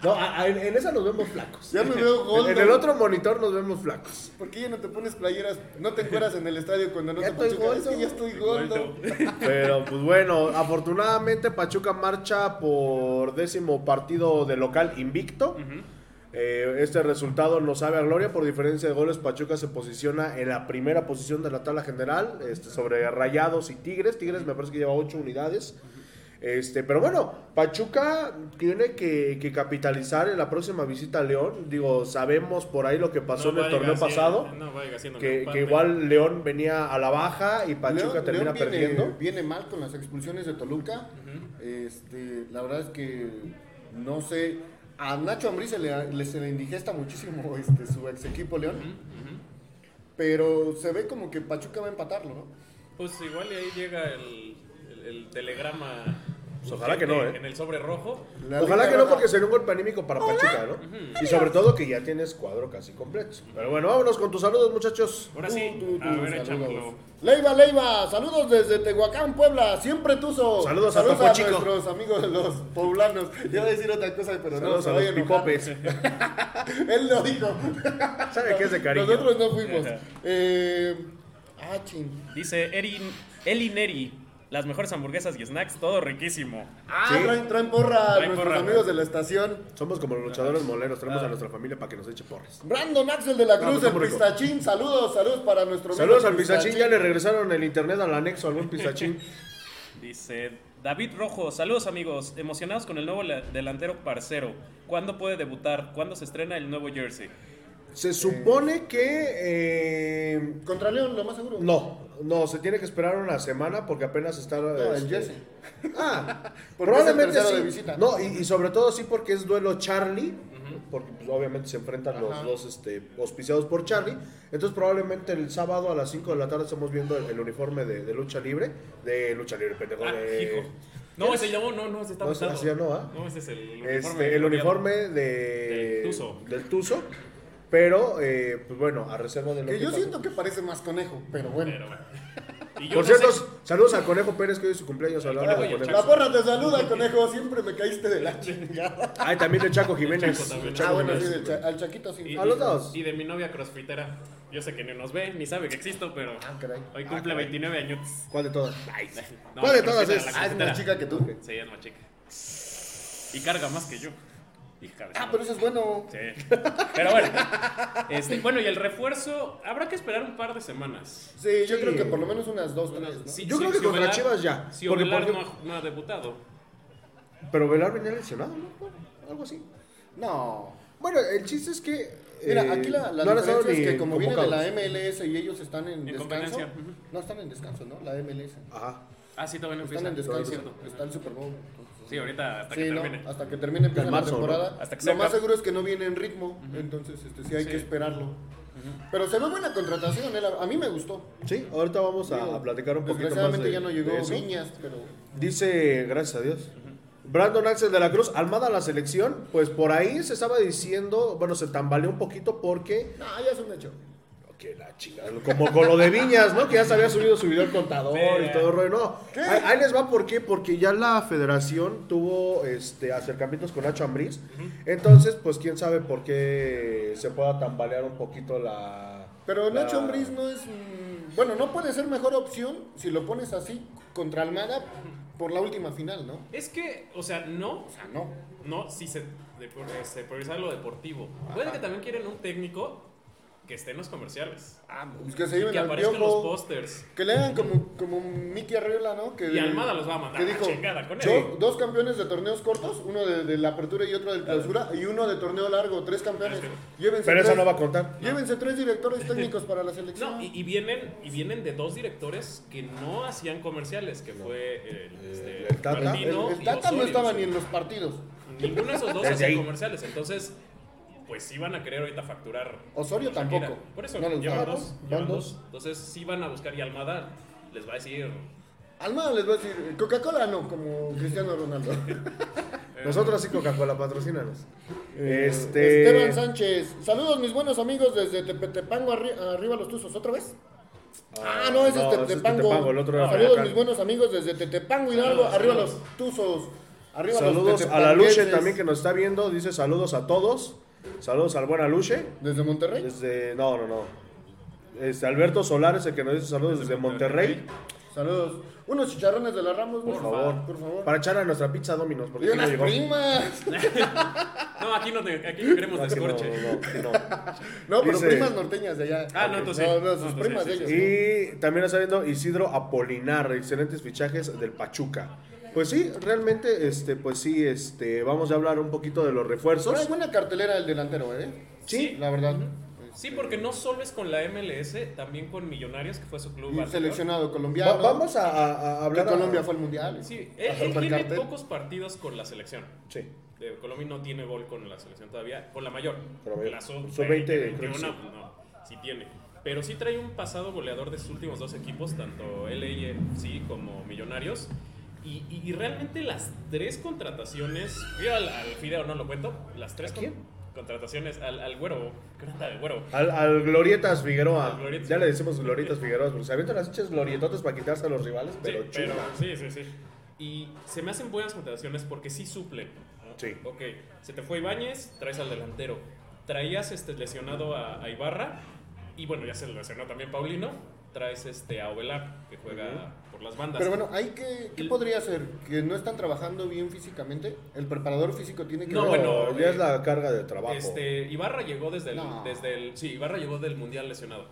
Speaker 2: No, a- a- en, en esa nos vemos flacos.
Speaker 3: Ya me
Speaker 2: *laughs*
Speaker 3: veo
Speaker 2: En,
Speaker 3: gordo.
Speaker 2: en el otro monitor nos vemos flacos.
Speaker 3: ¿Por qué ya no te pones playeras? No te encueras en el estadio cuando no
Speaker 2: Ya
Speaker 3: te
Speaker 2: estoy
Speaker 3: pachucan. Es que
Speaker 2: gordo.
Speaker 3: ya estoy gordo.
Speaker 2: Pero pues bueno, afortunadamente Pachuca marcha por décimo partido de local invicto. Eh, este resultado nos sabe a gloria por diferencia de goles. Pachuca se posiciona en la primera posición de la tabla general este, sobre Rayados y Tigres. Tigres me parece que lleva 8 unidades. Este, pero bueno, Pachuca tiene que, que capitalizar en la próxima visita a León. Digo, sabemos por ahí lo que pasó en el torneo pasado.
Speaker 4: No vaya haciendo
Speaker 2: que, que igual León venía a la baja y Pachuca
Speaker 3: León-
Speaker 2: termina
Speaker 3: León viene-
Speaker 2: perdiendo.
Speaker 3: Viene mal con las expulsiones de Toluca. este, la verdad es que no sé. A Nacho Ambriz se le, le- se le indigesta muchísimo *laughs* este, su ex equipo León. Pero se ve como que Pachuca va a empatarlo, ¿no?
Speaker 4: Pues igual y ahí llega el, el- el telegrama.
Speaker 2: Pues ojalá que no, ¿eh?
Speaker 4: En el sobre rojo.
Speaker 3: La
Speaker 2: Ojalá
Speaker 3: Liga
Speaker 2: que no,
Speaker 3: Roja-
Speaker 2: porque sería un golpe anímico para Pachuca, ¿no? Y sobre todo que ya tienes cuadro casi completo. Pero bueno, vámonos con tus saludos, muchachos.
Speaker 4: Ahora sí,
Speaker 3: Tú, tú,
Speaker 4: a
Speaker 3: tú,
Speaker 4: ver,
Speaker 3: saludos.
Speaker 4: échamelo.
Speaker 3: Leiva, Leiva, saludos desde Tehuacán, Puebla, siempre tuzo.
Speaker 2: Saludos a
Speaker 3: saludos a,
Speaker 2: Topo Chico.
Speaker 3: nuestros amigos de los poblanos. Yo iba a decir otra cosa, pero no,
Speaker 2: Saludos
Speaker 3: se
Speaker 2: a
Speaker 3: vaya
Speaker 2: los
Speaker 3: enojar.
Speaker 2: pipopes.
Speaker 3: *laughs* Él lo dijo.
Speaker 2: *laughs*
Speaker 3: *laughs*
Speaker 2: ¿Sabe qué es de cariño?
Speaker 3: Nosotros no fuimos.
Speaker 4: Ajá.
Speaker 3: Eh, ah, ching.
Speaker 5: Dice Erin, Elineri, las mejores hamburguesas y snacks, todo riquísimo.
Speaker 3: Ah,
Speaker 2: Sí.
Speaker 3: traen, traen porra a
Speaker 4: Traen
Speaker 3: nuestros
Speaker 4: porra.
Speaker 3: amigos de la estación.
Speaker 2: Somos como los luchadores moleros, traemos a nuestra familia para que nos eche porras.
Speaker 3: Brandon Axel de la
Speaker 2: No,
Speaker 3: Cruz,
Speaker 2: está
Speaker 3: el
Speaker 2: muy rico.
Speaker 3: pistachín, saludos, saludos para nuestro amigo
Speaker 2: Saludos al Pistachín, ya le regresaron el internet al anexo, algún
Speaker 3: *laughs*
Speaker 2: Pistachín.
Speaker 5: Dice David Rojo, saludos amigos, emocionados con el nuevo la- delantero parcero. ¿Cuándo puede debutar? ¿Cuándo se estrena el nuevo jersey?
Speaker 2: Se supone que... eh,
Speaker 3: Contra León, lo más seguro.
Speaker 2: no, no, se tiene que esperar una semana porque apenas está...
Speaker 3: No, el
Speaker 2: este,
Speaker 3: jersey.
Speaker 2: Ah,
Speaker 3: Porque
Speaker 2: probablemente
Speaker 3: es el tercero
Speaker 2: sí.
Speaker 3: de visita.
Speaker 2: No, y, y sobre todo sí porque es duelo Charlie, porque pues, obviamente se enfrentan los
Speaker 3: Ajá.
Speaker 2: dos este, auspiciados por Charlie. Entonces probablemente el sábado a las 5 de la tarde estamos viendo el, el uniforme de, de lucha libre, de lucha libre, pendejo,
Speaker 4: Ah,
Speaker 2: de-
Speaker 4: hijo. No, ese no, no, no, ese está
Speaker 2: Eh, No, ese-
Speaker 4: usado.
Speaker 2: así ya no, ¿ah?
Speaker 4: No, ese es el uniforme.
Speaker 2: este, el
Speaker 4: gloriado.
Speaker 2: uniforme de,
Speaker 4: Del Tuzo.
Speaker 2: del Tuzo. Pero, eh, pues bueno, a reserva de lo
Speaker 3: Que yo
Speaker 2: pase.
Speaker 3: siento que parece más conejo, pero bueno.
Speaker 2: *laughs*
Speaker 4: Pero bueno. Y yo
Speaker 2: Por
Speaker 4: no
Speaker 2: cierto,
Speaker 4: sé-
Speaker 2: saludos a Conejo Pérez, que hoy es su cumpleaños. hablando
Speaker 4: Conejo y
Speaker 2: de
Speaker 4: el
Speaker 2: Conejo.
Speaker 3: La porra te saluda, conejo. Siempre me caíste de
Speaker 2: *laughs*
Speaker 3: la chingada.
Speaker 2: Ay, también de Chaco Jiménez.
Speaker 4: Chaco también.
Speaker 2: de Chaco
Speaker 3: Ah, bueno, sí,
Speaker 2: Jiménez.
Speaker 3: del cha- al Chaquito sí. Ah,
Speaker 4: y-
Speaker 2: A los
Speaker 4: y-
Speaker 2: dos.
Speaker 4: Y de mi novia crossfitera. Yo sé que ni nos ve, ni sabe que existo, pero
Speaker 2: Ah,
Speaker 3: caray.
Speaker 4: hoy cumple 29 años.
Speaker 2: ¿Cuál de todas?
Speaker 4: No,
Speaker 2: ¿Cuál de
Speaker 4: crossfitera,
Speaker 2: todas es?
Speaker 4: la
Speaker 3: Ah, es
Speaker 4: crossfitera.
Speaker 3: más chica Ah, que tú.
Speaker 4: Sí, es más chica. Y carga más que yo. Hija de
Speaker 2: pues.
Speaker 3: Ah,
Speaker 4: su
Speaker 3: pero eso es bueno.
Speaker 4: madre. Sí. Pero bueno. Este, bueno, y el refuerzo, habrá que esperar un par de semanas.
Speaker 3: Sí, yo
Speaker 2: Sí.
Speaker 3: creo que por lo menos unas dos, tres. ¿no?
Speaker 4: Sí,
Speaker 2: Yo
Speaker 4: sí,
Speaker 2: creo que
Speaker 4: si
Speaker 2: contra
Speaker 4: Ovelar-
Speaker 2: Chivas ya,
Speaker 4: Si
Speaker 2: porque
Speaker 4: Ovelar
Speaker 2: por-
Speaker 4: no, ha, no ha debutado.
Speaker 2: Pero Velar venía lesionado, ¿no? Algo así.
Speaker 3: No.
Speaker 2: Bueno, el chiste es que.
Speaker 3: Mira,
Speaker 2: eh,
Speaker 3: aquí la, la
Speaker 2: no han estado
Speaker 3: diferencia es
Speaker 2: ni
Speaker 3: que como viene de
Speaker 2: convocados.
Speaker 3: la MLS y ellos están en,
Speaker 4: En
Speaker 3: descanso.
Speaker 4: competencia, ujú.
Speaker 3: No están en descanso, ¿no? La MLS.
Speaker 2: Ajá.
Speaker 4: Ah, sí, todavía no
Speaker 3: Están
Speaker 4: empieza.
Speaker 3: en
Speaker 4: Sí, es
Speaker 3: descanso.
Speaker 4: cierto.
Speaker 3: Está el Super Bowl. entonces-
Speaker 4: Sí, ahorita hasta que
Speaker 3: Sí, ¿no?
Speaker 4: termine.
Speaker 3: Hasta que termine empieza
Speaker 2: En marzo,
Speaker 3: la temporada.
Speaker 2: ¿no?
Speaker 5: Hasta que se
Speaker 3: Lo más
Speaker 5: acabe.
Speaker 3: seguro es que no viene en ritmo, entonces este, sí hay
Speaker 4: Sí.
Speaker 3: que esperarlo. Pero se ve buena contratación, eh, la- a mí me gustó.
Speaker 2: Sí, ahorita vamos a, a platicar un poquito más.
Speaker 3: Desgraciadamente
Speaker 2: de-
Speaker 3: ya no
Speaker 2: de
Speaker 3: llegó
Speaker 2: eso.
Speaker 3: Viñas, pero
Speaker 2: Dice, gracias a Dios. Brandon Axel de la Cruz, Almada a la selección. Pues por ahí se estaba diciendo, bueno, se tambaleó un poquito porque.
Speaker 3: no, ya es un hecho.
Speaker 2: Que la chingada, como con lo de Viñas, ¿no? Que ya se había subido su video el contador y todo el rollo. No, ahí, ahí les va por qué, porque ya la federación tuvo este acercamientos con Nacho Ambriz. Entonces, pues quién sabe por qué se pueda tambalear un poquito la.
Speaker 3: Pero
Speaker 2: la-
Speaker 3: Nacho Ambriz no es. mm, Bueno, no puede ser mejor opción si lo pones así contra Almada por la última final, ¿no?
Speaker 4: Es que, o sea, no,
Speaker 3: O sea, no.
Speaker 4: no, si se, de- eh, se prioriza lo deportivo. Puede que también quieren un técnico que esté en los comerciales.
Speaker 3: Ah, pues que se
Speaker 4: Y
Speaker 3: lleven
Speaker 4: que
Speaker 3: al
Speaker 4: aparezca en los
Speaker 3: Piojo,
Speaker 4: pósters.
Speaker 3: Que le hagan como, como Mickey Arriola, ¿no? Que,
Speaker 4: Y Almada los va a mandar
Speaker 3: que
Speaker 4: a la
Speaker 3: dijo,
Speaker 4: chingada con él.
Speaker 3: "Yo, dos campeones de torneos cortos, uno de, de la apertura y otro de clausura, y uno de torneo largo, tres campeones. Llévense
Speaker 2: Pero eso
Speaker 3: tres-
Speaker 2: no va a contar.
Speaker 3: Llévense tres directores técnicos para la selección.
Speaker 4: No, y, y vienen, y vienen de dos directores que no hacían comerciales, que fue el, este,
Speaker 2: Eh, el Tata.
Speaker 4: Martino
Speaker 3: el
Speaker 4: y
Speaker 3: Tata no
Speaker 4: Osorio.
Speaker 3: estaba ni en los partidos.
Speaker 4: Ninguno de esos dos
Speaker 2: Desde
Speaker 4: hacía
Speaker 2: ahí.
Speaker 4: comerciales. Entonces, pues sí van a querer ahorita facturar.
Speaker 3: Osorio
Speaker 4: como Shakira.
Speaker 3: tampoco.
Speaker 4: Por eso,
Speaker 3: No les
Speaker 4: llevan
Speaker 3: gustaba.
Speaker 4: dos.
Speaker 3: Van
Speaker 4: llevan
Speaker 3: dos.
Speaker 4: dos. Entonces, sí van a buscar y Almada les va a decir...
Speaker 3: Almada les va a decir, Coca-Cola no, como Cristiano Ronaldo.
Speaker 2: Nosotros sí, Coca-Cola, patrocínanos.
Speaker 3: Eh, Esteban
Speaker 2: Este.
Speaker 3: Sánchez, saludos mis buenos amigos desde Tepetepango arri- arriba los tuzos, ¿otra vez? Ah, no, ese
Speaker 2: no,
Speaker 3: es
Speaker 2: ese es
Speaker 3: Tetepango.
Speaker 2: Tetepango, el otro era
Speaker 3: saludos
Speaker 2: Culiacán.
Speaker 3: mis buenos amigos desde Tetepango Hidalgo, arriba los tuzos. Arriba los
Speaker 2: Saludos a la Luche
Speaker 3: tetepanqueses.
Speaker 2: también que nos está viendo. Dice saludos a todos. Saludos al buen Aluche.
Speaker 3: Desde Monterrey.
Speaker 2: Desde. No, no, no. Este, Alberto Solares, el que nos dice saludos desde Monterrey.
Speaker 3: Saludos. Unos chicharrones de la Ramos,
Speaker 2: Por favor,
Speaker 3: Por favor.
Speaker 2: Para echar a nuestra pizza Dominos. Porque
Speaker 3: Y
Speaker 2: sí no
Speaker 3: unas
Speaker 2: llegó.
Speaker 3: primas.
Speaker 6: No, aquí no, te-
Speaker 3: *laughs*
Speaker 6: aquí no queremos
Speaker 2: No, aquí no,
Speaker 6: descorche.
Speaker 2: no, aquí no.
Speaker 3: No, pero
Speaker 2: Dice-
Speaker 3: primas norteñas de allá.
Speaker 6: Ah, no, entonces sí.
Speaker 3: No, no,
Speaker 6: No,
Speaker 3: sus
Speaker 6: entonces
Speaker 3: primas
Speaker 6: sí,
Speaker 3: de
Speaker 6: sí,
Speaker 3: ellos.
Speaker 2: Y también está viendo Isidro Apolinar, excelentes fichajes del Pachuca. Pues sí, realmente, este, pues sí, este, vamos a hablar un poquito de los
Speaker 3: Trae
Speaker 2: refuerzos.
Speaker 3: buena cartelera el delantero, ¿eh?
Speaker 6: Sí.
Speaker 3: La verdad.
Speaker 4: Sí, porque no solo es con la MLS, también con Millonarios, que fue su club.
Speaker 3: Y
Speaker 4: anterior.
Speaker 3: seleccionado colombiano.
Speaker 2: Va- vamos a, a- a
Speaker 3: Que
Speaker 2: hablar. a-
Speaker 3: Colombia fue al mundial.
Speaker 4: Sí, él,
Speaker 3: A
Speaker 4: él tiene
Speaker 3: supercartel.
Speaker 4: pocos partidos con la selección.
Speaker 2: Sí.
Speaker 4: De Colombia no tiene gol con la selección todavía, con la mayor.
Speaker 2: Pero a ver,
Speaker 4: la sub-
Speaker 2: sub-20, creo que
Speaker 4: 21,
Speaker 2: sí.
Speaker 4: no, sí tiene. Pero sí trae un pasado goleador de sus últimos dos equipos, tanto LAFC como Millonarios. Y, y- y realmente las tres contrataciones, yo al, al Fideo no lo cuento, las tres con- contrataciones al, al Güero, ¿qué onda de Güero?
Speaker 2: Al, al Glorietas Figueroa.
Speaker 4: Al Glorietas.
Speaker 2: Ya le decimos Glorietas Figueroa porque se avientan las hechas glorietotas para quitarse a los rivales, pero
Speaker 4: sí,
Speaker 2: chula.
Speaker 4: sí, sí, sí. Y se me hacen buenas contrataciones porque sí suplen. ¿no?
Speaker 2: Sí.
Speaker 4: Ok, se te fue Ibáñez, traes al delantero. Traías este lesionado a, a Ibarra y bueno, ya se lesionó también Paulino. Traes este a Ovelar que juega por las bandas.
Speaker 3: Pero bueno, hay que, ¿qué podría ser? ¿Que no están trabajando bien físicamente? ¿El preparador físico tiene que
Speaker 4: No,
Speaker 3: ver?
Speaker 4: bueno,
Speaker 2: ya
Speaker 4: eh,
Speaker 2: es la carga de trabajo.
Speaker 4: este Ibarra llegó desde el,
Speaker 3: No.
Speaker 4: desde el sí, Ibarra llegó del Mundial lesionado.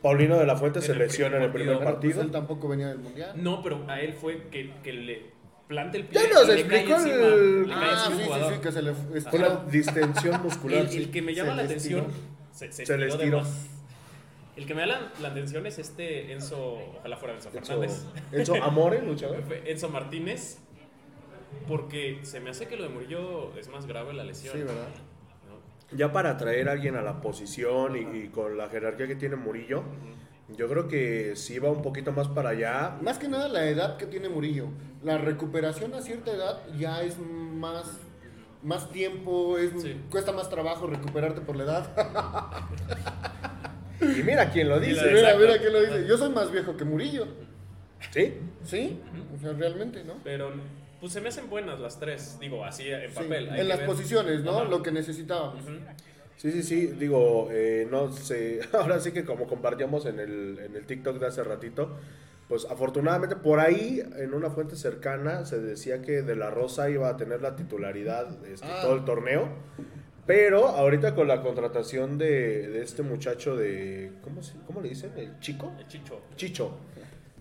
Speaker 2: Paulino de la Fuente se
Speaker 4: en el
Speaker 2: lesiona en el primer
Speaker 4: primer
Speaker 3: Bueno, pues
Speaker 2: partido.
Speaker 3: él tampoco venía del mundial.
Speaker 4: No, pero a él fue que, que le plante el pie.
Speaker 2: Ya nos
Speaker 4: y le cae
Speaker 2: explicó
Speaker 4: encima,
Speaker 2: el-
Speaker 4: le cae
Speaker 3: Ah,
Speaker 4: encima
Speaker 3: sí,
Speaker 4: al
Speaker 3: sí,
Speaker 4: jugador.
Speaker 3: sí, que se le
Speaker 2: Fue una
Speaker 3: estiró.
Speaker 2: distensión muscular.
Speaker 4: *laughs* El, el
Speaker 2: sí.
Speaker 4: que me llama
Speaker 3: Se
Speaker 4: la
Speaker 3: les
Speaker 4: atención.
Speaker 3: tiró.
Speaker 4: Se,
Speaker 2: Se les
Speaker 4: estiró de
Speaker 2: tiró.
Speaker 4: más. El que me llama la, la atención es este Enzo. Ojalá fuera Enzo
Speaker 2: Enzo,
Speaker 4: Fernández. *laughs*
Speaker 2: Enzo ¿eh? Amore, luchador.
Speaker 4: Fue Enzo Martínez. Porque se me hace que lo de Murillo es más grave la lesión.
Speaker 3: Sí, ¿verdad?
Speaker 4: ¿no?
Speaker 2: Ya para traer a alguien a la posición y, y con la jerarquía que tiene Murillo, yo creo que sí va un poquito más para allá.
Speaker 3: Más que nada la edad que tiene Murillo. La recuperación a cierta edad ya es más, más tiempo, es,
Speaker 4: Sí.
Speaker 3: cuesta más trabajo recuperarte por la edad.
Speaker 2: Y mira quién lo
Speaker 3: *laughs*
Speaker 4: la
Speaker 2: dice.
Speaker 4: de-
Speaker 3: mira,
Speaker 4: exacto.
Speaker 3: mira qué lo dice. Yo soy más viejo que Murillo.
Speaker 2: ¿Sí?
Speaker 3: ¿Sí? O sea, realmente, ¿no?
Speaker 4: Pero pues se me hacen buenas las tres. Digo, así en
Speaker 3: Sí,
Speaker 4: papel. hay que
Speaker 3: en las
Speaker 4: ver.
Speaker 3: posiciones, ¿no?
Speaker 4: Ajá.
Speaker 3: Lo que necesitábamos.
Speaker 2: Sí, sí, sí, digo, eh, no sé, *laughs* ahora sí que como compartíamos en el, en el TikTok de hace ratito, pues afortunadamente por ahí, en una fuente cercana, se decía que De La Rosa iba a tener la titularidad este,
Speaker 3: Ah.
Speaker 2: todo el torneo, pero ahorita con la contratación de, de este muchacho de, ¿cómo, se- ¿cómo le dicen? ¿El chico?
Speaker 4: El Chicho.
Speaker 2: Chicho.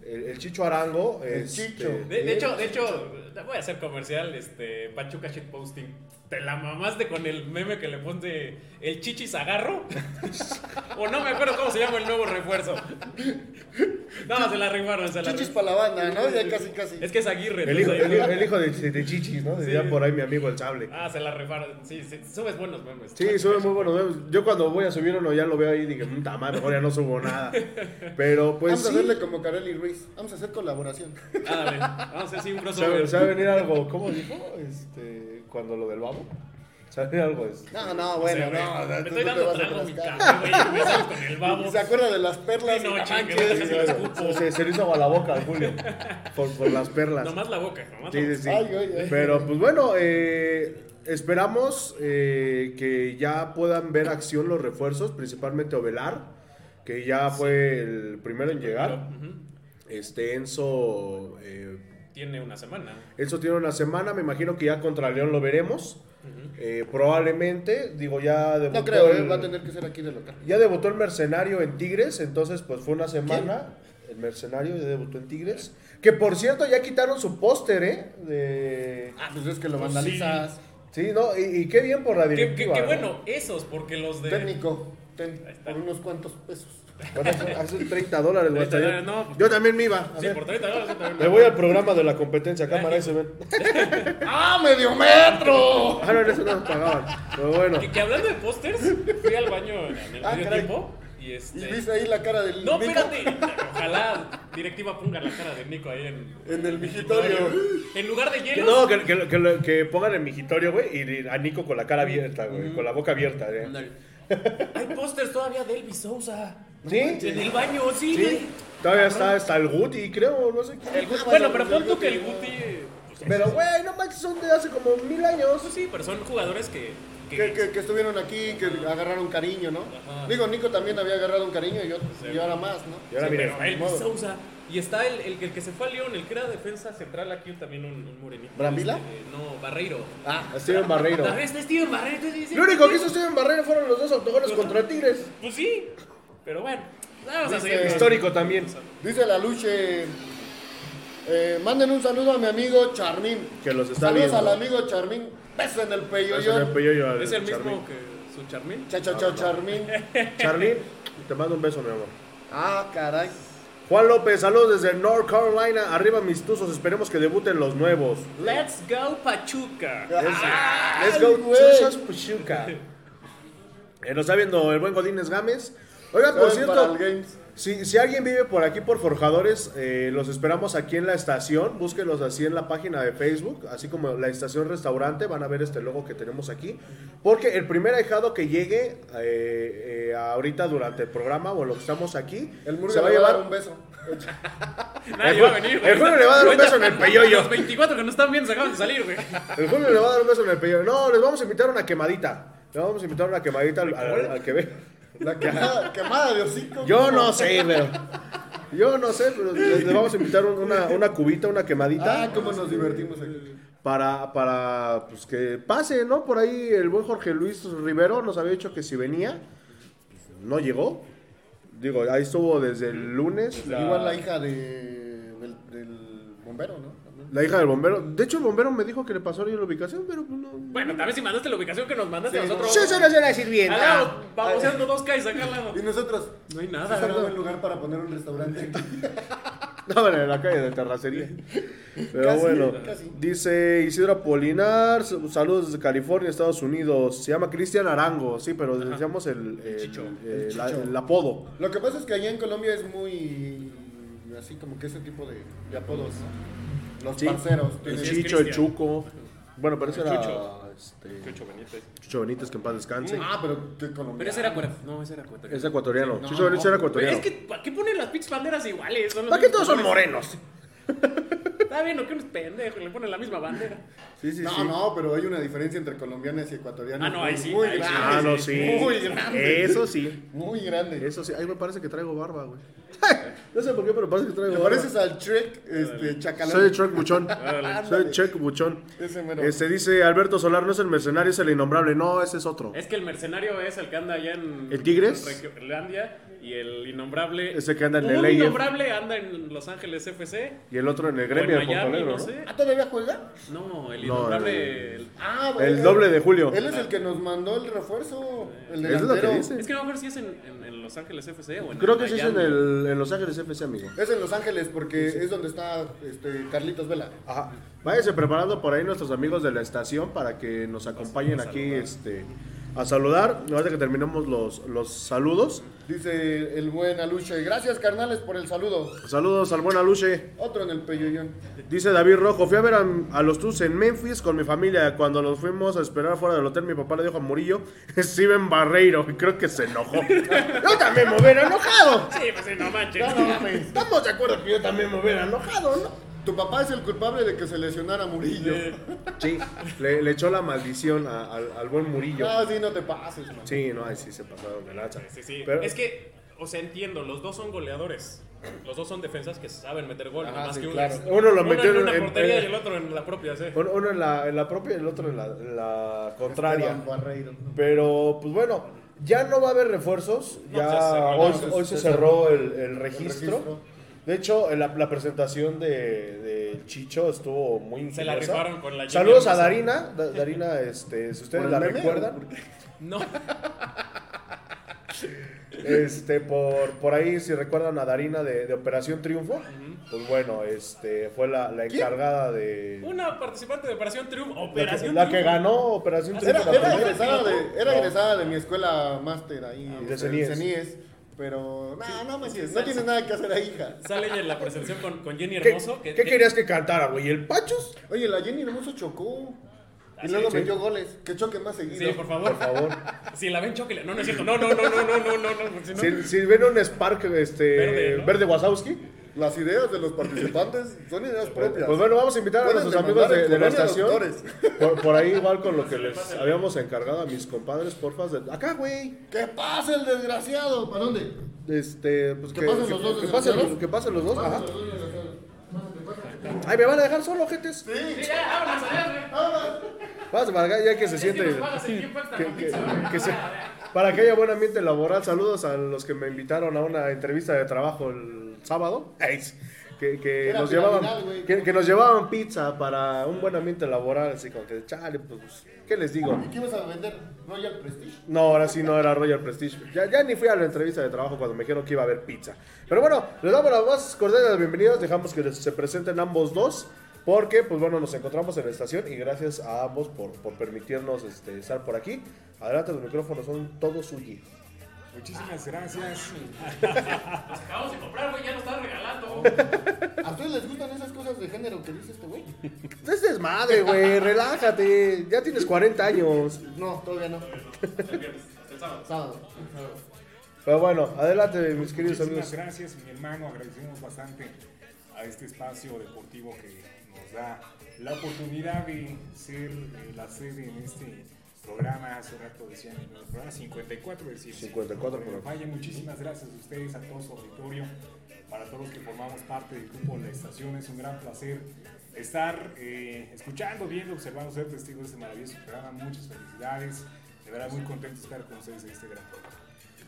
Speaker 2: El, el Chicho Arango.
Speaker 3: El
Speaker 2: este,
Speaker 3: Chicho.
Speaker 4: De, de hecho, de hecho, voy a hacer comercial, este, Pachuca Shitposting. Te la mamaste con el meme que le pone el chichis agarro. *laughs* o no me acuerdo cómo se llama el nuevo refuerzo. No, se la rifaron, se la
Speaker 3: Chichis
Speaker 4: rifaron.
Speaker 3: para la banda, ¿no? Ya casi, casi.
Speaker 4: Es que es Aguirre.
Speaker 2: El
Speaker 4: entonces
Speaker 2: hijo, el,
Speaker 4: ahí-
Speaker 2: el hijo de, de Chichis, ¿no? Decía por ahí mi amigo el sable.
Speaker 4: Ah, se la rifaron. Sí, sí, subes buenos memes.
Speaker 2: Sí, sube muy buenos memes. Yo cuando voy a subir uno ya lo veo ahí y dije, puta madre, mejor ya no subo
Speaker 3: *laughs*
Speaker 2: nada. Pero pues
Speaker 3: Vamos a hacerle
Speaker 2: sí,
Speaker 3: como Carelli Ruiz. Vamos a hacer
Speaker 4: *laughs*
Speaker 3: colaboración.
Speaker 4: Ah, dale. Vamos a hacer un
Speaker 2: se va-
Speaker 4: crossover.
Speaker 2: se va a venir algo, ¿cómo dijo? Este, cuando lo del babo. Se va a venir algo de esto.
Speaker 3: No, no, bueno,
Speaker 4: Sí, güey.
Speaker 3: no. o sea,
Speaker 4: me
Speaker 3: tú
Speaker 4: estoy
Speaker 3: no te
Speaker 4: dando
Speaker 3: vas a
Speaker 4: trago a mi
Speaker 3: atascar.
Speaker 4: café, güey. y me sale con
Speaker 3: *laughs*
Speaker 4: el babo.
Speaker 3: ¿Se acuerda de las perlas?
Speaker 4: Sí, no,
Speaker 3: No
Speaker 4: chingue,
Speaker 3: manches.
Speaker 4: déjase lo escupo.
Speaker 2: Se- se, se le hizo agua la boca al Julio por, por las perlas.
Speaker 4: Nomás la boca, nomás la
Speaker 2: Sí,
Speaker 4: boca.
Speaker 2: sí, sí.
Speaker 3: Ay, ay, ay.
Speaker 2: Pero pues bueno, eh, esperamos eh, que ya puedan ver acción los refuerzos, principalmente Ovelar, que ya fue el primero en llegar. Este Enzo, eh,
Speaker 4: Tiene una semana.
Speaker 2: Enzo tiene una semana, me imagino que ya contra León lo veremos. Eh, probablemente, digo, ya debutó,
Speaker 3: No creo, ¿eh?
Speaker 2: el,
Speaker 3: va a tener que ser aquí de local.
Speaker 2: ya debutó el mercenario en Tigres, entonces pues fue una semana. El mercenario ya debutó en Tigres. Que por cierto, ya quitaron su póster, ¿eh? De...
Speaker 3: Ah, pues es que lo vandalizas.
Speaker 2: Sí, no, y, y qué bien por la
Speaker 4: Qué,
Speaker 2: directiva.
Speaker 4: qué-
Speaker 2: ¿no?
Speaker 4: qué bueno, esos, porque los de.
Speaker 3: Técnico, ten,
Speaker 4: Ahí está.
Speaker 3: por unos cuantos pesos.
Speaker 2: Bueno, hace- hace 30 dólares, güey.
Speaker 4: 30
Speaker 2: hasta
Speaker 4: dólares,
Speaker 2: yo-
Speaker 4: no, pues-
Speaker 2: Yo también me iba. a
Speaker 4: Sí,
Speaker 2: ver.
Speaker 4: por 30 dólares. yo también
Speaker 2: Me voy al programa de la competencia, cámara, ahí se ven.
Speaker 3: ¡Ah, medio metro!
Speaker 2: Ah, no, en eso no nos pagaban. Pero bueno.
Speaker 4: Que, que hablando de pósters, fui al baño en el
Speaker 3: Ah,
Speaker 4: medio
Speaker 3: caray.
Speaker 4: tiempo y
Speaker 3: Y
Speaker 4: este.
Speaker 3: viste ahí la cara del.
Speaker 4: No,
Speaker 3: Nico?
Speaker 4: espérate. Ojalá directiva ponga la cara de Nico ahí en.
Speaker 3: En el
Speaker 4: *laughs*
Speaker 3: migitorio.
Speaker 4: En lugar de
Speaker 2: Que
Speaker 4: hielo.
Speaker 2: No, que, que, que lo- que pongan en migitorio, güey, y a Nico con la cara abierta, güey, con la boca abierta, ¿eh?
Speaker 4: Hay pósters todavía de Elvis Sousa.
Speaker 2: ¿Sí?
Speaker 4: En el baño, sí.
Speaker 2: Sí. Todavía está, está el Guti, creo, no sé qué.
Speaker 4: El Guti- bueno, pero pon tú que el Guti. pues,
Speaker 2: Pero, güey, no manches, son de hace como mil años.
Speaker 4: Eso sí, pero son jugadores que. que-
Speaker 3: Que, que- que estuvieron aquí, que agarraron cariño, ¿no?
Speaker 4: Ajá.
Speaker 3: Digo, Nico también había agarrado un cariño y, yo,
Speaker 4: Sí.
Speaker 3: y ahora más, ¿no?
Speaker 2: Y ahora
Speaker 4: Sí,
Speaker 2: mira,
Speaker 4: pero él,
Speaker 3: modo.
Speaker 4: Sousa. Y está el, el, el que se fue a León, el que era defensa central aquí, también un, un morenito.
Speaker 3: ¿Brambila?
Speaker 4: Este, no, Barreiro.
Speaker 3: Ah,
Speaker 2: Steven Barreiro.
Speaker 4: Tal vez no es Steven Barreiro. tú dices-
Speaker 2: Lo único que hizo Steven Barreiro fueron los dos autogoles contra Tigres.
Speaker 4: Pues sí, pero bueno. Vamos a
Speaker 3: Dice,
Speaker 4: seguir.
Speaker 2: Histórico también.
Speaker 3: dice la luche. eh, manden un saludo a mi amigo Charmín.
Speaker 2: Que los está
Speaker 3: Saludos
Speaker 2: viendo.
Speaker 3: al amigo Charmín. Beso en el
Speaker 2: Eso le
Speaker 3: peyoyo.
Speaker 2: apoyó yo al
Speaker 4: Es el
Speaker 2: Charmín.
Speaker 4: mismo que su Charmín.
Speaker 3: Chao, chao, chao, Charmín.
Speaker 2: Charlín, te mando un beso, mi amor.
Speaker 3: Ah, caray.
Speaker 2: Juan López, saludos desde North Carolina. Arriba mis tuzos, esperemos que debuten los nuevos.
Speaker 4: Let's go Pachuca.
Speaker 3: Ah,
Speaker 2: Let's go,
Speaker 3: güey.
Speaker 2: Tuzos Pachuca. Eh, nos está viendo el buen Godínez Gámez. Oigan, por
Speaker 3: Saben, para
Speaker 2: cierto,
Speaker 3: el Games.
Speaker 2: si, si alguien vive por aquí por Forjadores, eh, los esperamos aquí en la estación. Búsquenlos así en la página de Facebook, así como la estación restaurante. Van a ver este logo que tenemos aquí. Porque el primer ahijado que llegue eh, eh, ahorita durante el programa o lo que estamos aquí,
Speaker 3: El Murga
Speaker 2: se va a
Speaker 3: le
Speaker 2: llevar
Speaker 3: dar un beso.
Speaker 4: Nadie
Speaker 2: El
Speaker 4: va
Speaker 2: Julio-
Speaker 4: a venir,
Speaker 2: el Julio le va a dar un beso en el peyoyo.
Speaker 4: Los 24 que no están bien se acaban de salir, güey.
Speaker 2: El Julio le va a dar un beso en el pellejo. No, les vamos a invitar una quemadita. Le vamos a invitar una quemadita al, al- al que ve.
Speaker 3: La quemada, quemada de hocico.
Speaker 2: Yo no sé, pero. Yo no sé, pero les, les vamos a invitar un- una, una cubita, una quemadita.
Speaker 3: Ah, cómo nos divertimos aquí.
Speaker 2: Para, para pues, que pase, ¿no? Por ahí el buen Jorge Luis Rivero nos había dicho que si venía, no llegó. Digo, ahí estuvo desde el lunes. La,
Speaker 3: Igual la hija de, del, del bombero, ¿no? También.
Speaker 2: la hija del bombero. De hecho, el bombero me dijo que le pasó ahí la ubicación, pero pues, no.
Speaker 4: Bueno, también si mandaste la ubicación que nos mandaste
Speaker 3: Sí,
Speaker 4: nosotros.
Speaker 2: Sí, Ah. eso no se la sirvienta.
Speaker 4: Al lado, baboseando dos calles acá al lado.
Speaker 3: Y nosotros,
Speaker 4: No hay
Speaker 3: ¿sí
Speaker 4: nada,
Speaker 3: ¿sabrá
Speaker 4: ¿verdad?
Speaker 3: buen lugar para poner un restaurante aquí?
Speaker 2: No, en la calle de terracería. Pero
Speaker 3: Casi,
Speaker 2: bueno,
Speaker 3: casi.
Speaker 2: dice Isidro Apolinar, s- saludos desde California, Estados Unidos. Se llama Cristian Arango, sí, pero deseamos el, el- el-
Speaker 3: El
Speaker 2: la-
Speaker 3: chicho.
Speaker 2: el apodo.
Speaker 3: Lo que pasa es que allá en Colombia es muy así como que ese tipo de, de apodos, ¿no? Los
Speaker 2: Sí.
Speaker 3: parceros.
Speaker 2: El
Speaker 3: tienen-
Speaker 4: es
Speaker 2: Chicho, el
Speaker 4: Cristian.
Speaker 2: Chuco. Bueno, pero ese
Speaker 4: El
Speaker 2: era
Speaker 4: Chucho.
Speaker 2: este,
Speaker 4: Chucho Benítez.
Speaker 2: Chucho Benítez, que en paz descanse.
Speaker 3: Ah, pero qué colombiano.
Speaker 4: Pero ese era cuero. No, ese era cuero.
Speaker 2: Es ecuatoriano.
Speaker 3: No,
Speaker 2: Chucho Benítez
Speaker 3: no.
Speaker 2: era
Speaker 4: Güey,
Speaker 2: ecuatoriano.
Speaker 4: Es que, ¿para qué ponen las pinches banderas iguales? Son los
Speaker 2: ¿Para qué
Speaker 4: mismos
Speaker 2: todos son
Speaker 4: colores.
Speaker 2: morenos?
Speaker 4: Está bien, ¿o qué unos pendejos? Le ponen la misma bandera.
Speaker 2: Sí, sí,
Speaker 3: No,
Speaker 2: sí.
Speaker 3: no, pero hay una diferencia entre colombianos y ecuatorianos.
Speaker 4: Ah, no, ahí sí,
Speaker 3: Muy
Speaker 4: ahí sí.
Speaker 3: grande.
Speaker 2: Ah, no, sí.
Speaker 3: *laughs* Muy grande.
Speaker 2: Eso sí.
Speaker 3: Muy grande.
Speaker 2: Eso sí. Ay, me parece que traigo barba, güey. *laughs* no sé por qué, pero parece que traigo
Speaker 3: ¿Te
Speaker 2: barba.
Speaker 3: pareces al Trek, este, Chacalón?
Speaker 2: Soy el Chuck Buchón.
Speaker 4: Ah,
Speaker 2: Soy
Speaker 3: Ándale.
Speaker 2: el Chuck Buchón.
Speaker 3: Ese mero.
Speaker 2: Este dice Alberto Solar no es el mercenario, es el innombrable. No, ese es otro.
Speaker 4: Es que el mercenario es el que anda allá en.
Speaker 2: ¿El Tigres?
Speaker 4: en Regiolandia, Y el innombrable.
Speaker 2: Ese que anda en
Speaker 4: Un
Speaker 2: el LA.
Speaker 4: innombrable anda en Los Ángeles FC.
Speaker 2: Y el otro en el
Speaker 4: o en
Speaker 2: gremio de Porto
Speaker 4: Miami,
Speaker 2: Alegre,
Speaker 4: no,
Speaker 2: ¿no?
Speaker 4: sé.
Speaker 3: ¿Ah, todavía juega?
Speaker 4: No, el
Speaker 2: No,
Speaker 4: innombrable. el-
Speaker 3: Ah,
Speaker 2: El doble de Julio.
Speaker 3: Él es el que nos mandó el refuerzo. El
Speaker 2: Es lo
Speaker 3: delantero.
Speaker 2: que dice.
Speaker 4: Es que no me acuerdo si es en, en- en Los Ángeles FC o en.
Speaker 2: Creo que sí es en,
Speaker 4: Miami.
Speaker 2: el, en Los Ángeles FC, amigo.
Speaker 3: Es en Los Ángeles porque es donde está este, Carlitos Vela.
Speaker 2: Ajá. Váyanse preparando por ahí nuestros amigos de la estación para que nos acompañen aquí este, a saludar. Ahorita que terminamos los, los saludos.
Speaker 3: Dice el buen Aluche. Gracias, carnales, por el saludo.
Speaker 2: Saludos al buen Aluche.
Speaker 3: Otro en el peyoyón.
Speaker 2: Dice David Rojo, fui a ver a, a los Tus en Memphis con mi familia. Cuando los fuimos a esperar fuera del hotel, mi papá le dijo a Murillo, *laughs* Steven Barreiro, y creo que se *laughs* enojó. yo también me hubiera enojado.
Speaker 4: Sí, pues sí, no manches.
Speaker 3: No, no mames.
Speaker 2: Estamos de acuerdo que yo también me hubiera enojado, ¿no?
Speaker 3: Tu papá es el culpable de que se lesionara Murillo.
Speaker 2: Sí, le, le echó la maldición a- al- al buen Murillo.
Speaker 3: Ah, sí, no te pases, man.
Speaker 2: Sí, no, ahí sí se pasaron de lanza.
Speaker 4: Sí, sí.
Speaker 2: Pero-
Speaker 4: Es que, o sea, entiendo, los dos son goleadores. Los dos son defensas que saben meter gol,
Speaker 3: Ajá,
Speaker 4: más
Speaker 3: sí,
Speaker 4: que uno.
Speaker 3: claro.
Speaker 4: es-
Speaker 2: Uno lo metió
Speaker 4: en
Speaker 2: en-
Speaker 4: una
Speaker 2: en-
Speaker 4: portería
Speaker 2: en-
Speaker 4: y el otro en la propia, sí.
Speaker 2: Uno uno en la, en la propia y el otro en la, en la contraria.
Speaker 3: Esteban Barreiro.
Speaker 2: Pero, pues bueno, ya no va a haber refuerzos.
Speaker 4: No,
Speaker 2: ya
Speaker 4: se cerró,
Speaker 2: hoy,
Speaker 3: no, se-
Speaker 2: hoy se,
Speaker 3: se
Speaker 2: cerró el, el registro.
Speaker 3: registro.
Speaker 2: De hecho, la, la presentación de, de Chicho estuvo muy
Speaker 4: Se la
Speaker 2: ingeniosa.
Speaker 4: rifaron con la lluvia
Speaker 2: Saludos a
Speaker 4: hermosa.
Speaker 2: Darina. Da- Darina, este, si ustedes
Speaker 3: ¿Por
Speaker 2: la
Speaker 3: el meme o
Speaker 2: recuerdan,
Speaker 4: No,
Speaker 2: *laughs* este, por, por ahí, si recuerdan a Darina de, de Operación Triunfo, pues bueno, este, fue la, la encargada de.
Speaker 4: una participante de Operación Triunfo.
Speaker 2: La que,
Speaker 4: Operación
Speaker 2: la que
Speaker 4: Triunfo.
Speaker 2: ganó Operación
Speaker 4: Ah,
Speaker 2: Triunfo.
Speaker 3: Era,
Speaker 2: la
Speaker 3: era
Speaker 2: primera.
Speaker 3: egresada de, era
Speaker 2: No.
Speaker 3: egresada de mi escuela máster ahí
Speaker 2: de
Speaker 3: este,
Speaker 2: CENIES.
Speaker 3: CENIES, Pero, nah, no manches,
Speaker 4: Ah, sí,
Speaker 3: no
Speaker 4: sí.
Speaker 3: tienes nada que hacer ahí, hija.
Speaker 4: Salen en la presentación con, con Jenny
Speaker 2: ¿Qué,
Speaker 4: Hermoso.
Speaker 2: qué querías que cantara, güey? ¿El Pachos?
Speaker 3: Oye, la Jenny Hermoso chocó.
Speaker 4: Ah,
Speaker 3: Y
Speaker 4: sí,
Speaker 3: luego
Speaker 2: sí.
Speaker 3: metió goles. Que choque más seguido.
Speaker 4: Sí, por favor.
Speaker 2: Por favor.
Speaker 4: Si la ven, chóquele. No, no es cierto. No, no, no, no, no, no, no. no, si
Speaker 2: Si,
Speaker 4: no-
Speaker 2: si ven un Spark este,
Speaker 4: Verde,
Speaker 2: verde,
Speaker 4: ¿no?
Speaker 2: Wazowski,
Speaker 3: Las ideas de los participantes son ideas propias.
Speaker 2: Pues bueno, vamos a invitar a
Speaker 3: Pueden
Speaker 2: nuestros
Speaker 3: demandar
Speaker 2: amigos de,
Speaker 3: en
Speaker 2: de la
Speaker 3: colonia
Speaker 2: estación.
Speaker 3: doctores.
Speaker 2: Por, por ahí igual con lo que les habíamos encargado a mis compadres, porfas. De, acá, güey.
Speaker 3: ¿Qué pasa el desgraciado? ¿Para dónde?
Speaker 2: Este, pues
Speaker 3: Que pasen los dos
Speaker 2: Que
Speaker 3: desgraciados.
Speaker 2: pasen los, que pasen los dos. Ajá.
Speaker 3: Los dos desgraciados.
Speaker 2: Ay, me van a dejar solo, jetes.
Speaker 3: Sí,
Speaker 5: Ya, vámonos a ver, güey.
Speaker 2: Vas, Vargas, ya que se siente.
Speaker 5: Si nos pagas el tiempo extra con
Speaker 2: que-
Speaker 5: pizza, güey.
Speaker 2: que se- para que haya buen ambiente laboral, saludos a los que me invitaron a una entrevista de trabajo el sábado. Ay, Que, que
Speaker 3: Era
Speaker 2: nos
Speaker 3: piramidal,
Speaker 2: llevaban,
Speaker 3: güey.
Speaker 2: que, que nos llevaban pizza para un buen ambiente laboral, así como que, chale, pues, ¿qué les digo?
Speaker 3: ¿Y qué vas a vender? Royal Prestige.
Speaker 2: No, ahora sí no era Royal Prestige. Ya, ya ni fui a la entrevista de trabajo cuando me dijeron que iba a haber pizza. Pero bueno, les damos las más cordiales bienvenidas. Dejamos que les- se presenten ambos dos. Porque, pues bueno, nos encontramos en la estación y gracias a ambos por, por permitirnos este, estar por aquí. Adelante, los micrófonos son todos suyos.
Speaker 7: Muchísimas gracias.
Speaker 5: Nos acabamos de comprar, güey, ya nos estás regalando.
Speaker 3: ¿A ustedes les gustan esas cosas de género que dice este güey?
Speaker 2: Es desmadre,
Speaker 7: *laughs*
Speaker 2: güey, relájate. Ya tienes 40 años.
Speaker 3: No, todavía no.
Speaker 5: Hasta el viernes, hasta el sábado.
Speaker 3: Sábado.
Speaker 2: Pero bueno, adelante, mis queridos
Speaker 7: Muchísimas
Speaker 2: amigos.
Speaker 7: gracias, mi hermano. Agradecemos bastante a este espacio deportivo que nos da la oportunidad de ser eh, la sede en este programa. Hace rato decían en el programa 54, decir
Speaker 2: 54, por
Speaker 7: Vaya, muchísimas gracias a ustedes, a todo su auditorio, para todos los que formamos parte del grupo La Estación. Es un gran placer estar eh, escuchando, viendo, observando, ser testigos de este maravilloso programa. Muchas felicidades. De verdad, muy contento de estar con ustedes en este gran programa.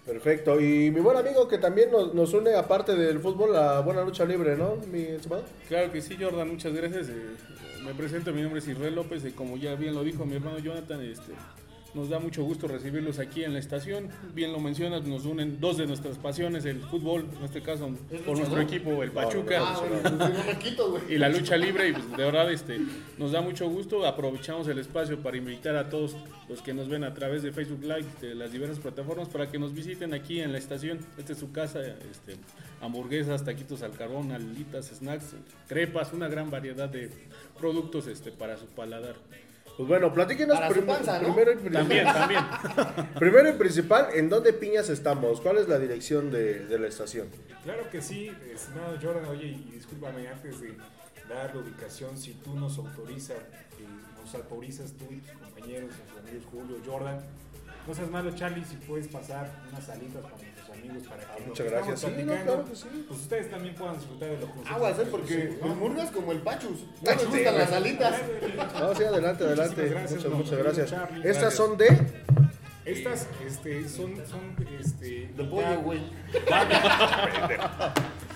Speaker 2: Perfecto. Y mi buen amigo que también nos, nos une, aparte del fútbol, la buena lucha libre, ¿no, mi estimado?
Speaker 8: Claro que sí, Jordan, muchas gracias. eh, me presento, mi nombre es Israel López y como ya bien lo dijo mi hermano Jonathan, este, nos da mucho gusto recibirlos aquí en la estación. Bien lo mencionas, nos unen dos de nuestras pasiones, el fútbol, en este caso por nuestro equipo, el Pachuca.
Speaker 3: Ah, güey, no me quito, güey.
Speaker 8: y la lucha libre y pues, de verdad este nos da mucho gusto aprovechamos el espacio para invitar a todos los que nos ven a través de Facebook Live de las diversas plataformas para que nos visiten aquí en la estación esta es su casa este hamburguesas taquitos al carbón alitas snacks crepas una gran variedad de productos este para su paladar
Speaker 2: Pues bueno, platíquenos
Speaker 3: Para su
Speaker 2: prim-
Speaker 3: panza, ¿no?
Speaker 2: primero, y principal-
Speaker 8: también también
Speaker 2: primero y principal, ¿en dónde piñas estamos? ¿Cuál es la dirección de, de la estación?
Speaker 7: Claro que sí, estimado Jordan. Oye, y discúlpame antes de dar la ubicación, si tú nos autorizas, eh, nos autorizas tú y tus compañeros, nuestros amigos Julio, Jordan. No seas malo, Charlie, si puedes pasar unas salitas para nuestros amigos para que lo
Speaker 2: Ah, muchas
Speaker 7: que
Speaker 2: gracias.
Speaker 7: estamos
Speaker 2: Sí, no,
Speaker 7: platicando,
Speaker 2: claro que sí.
Speaker 7: pues ustedes también puedan disfrutar de lo que nosotros
Speaker 3: Aguas, ¿eh? Porque
Speaker 7: producimos,
Speaker 3: el
Speaker 7: ¿no?
Speaker 3: murga es como el pachus. No les gustan las alitas.
Speaker 2: No, sí, adelante, adelante.
Speaker 7: Muchísimas gracias,
Speaker 2: muchas,
Speaker 7: don
Speaker 2: muchas
Speaker 7: Rodrigo
Speaker 2: gracias.
Speaker 7: Charlie,
Speaker 2: Estas
Speaker 7: gracias.
Speaker 2: son de...
Speaker 7: Estas este, son, son este,
Speaker 3: De pollo, güey.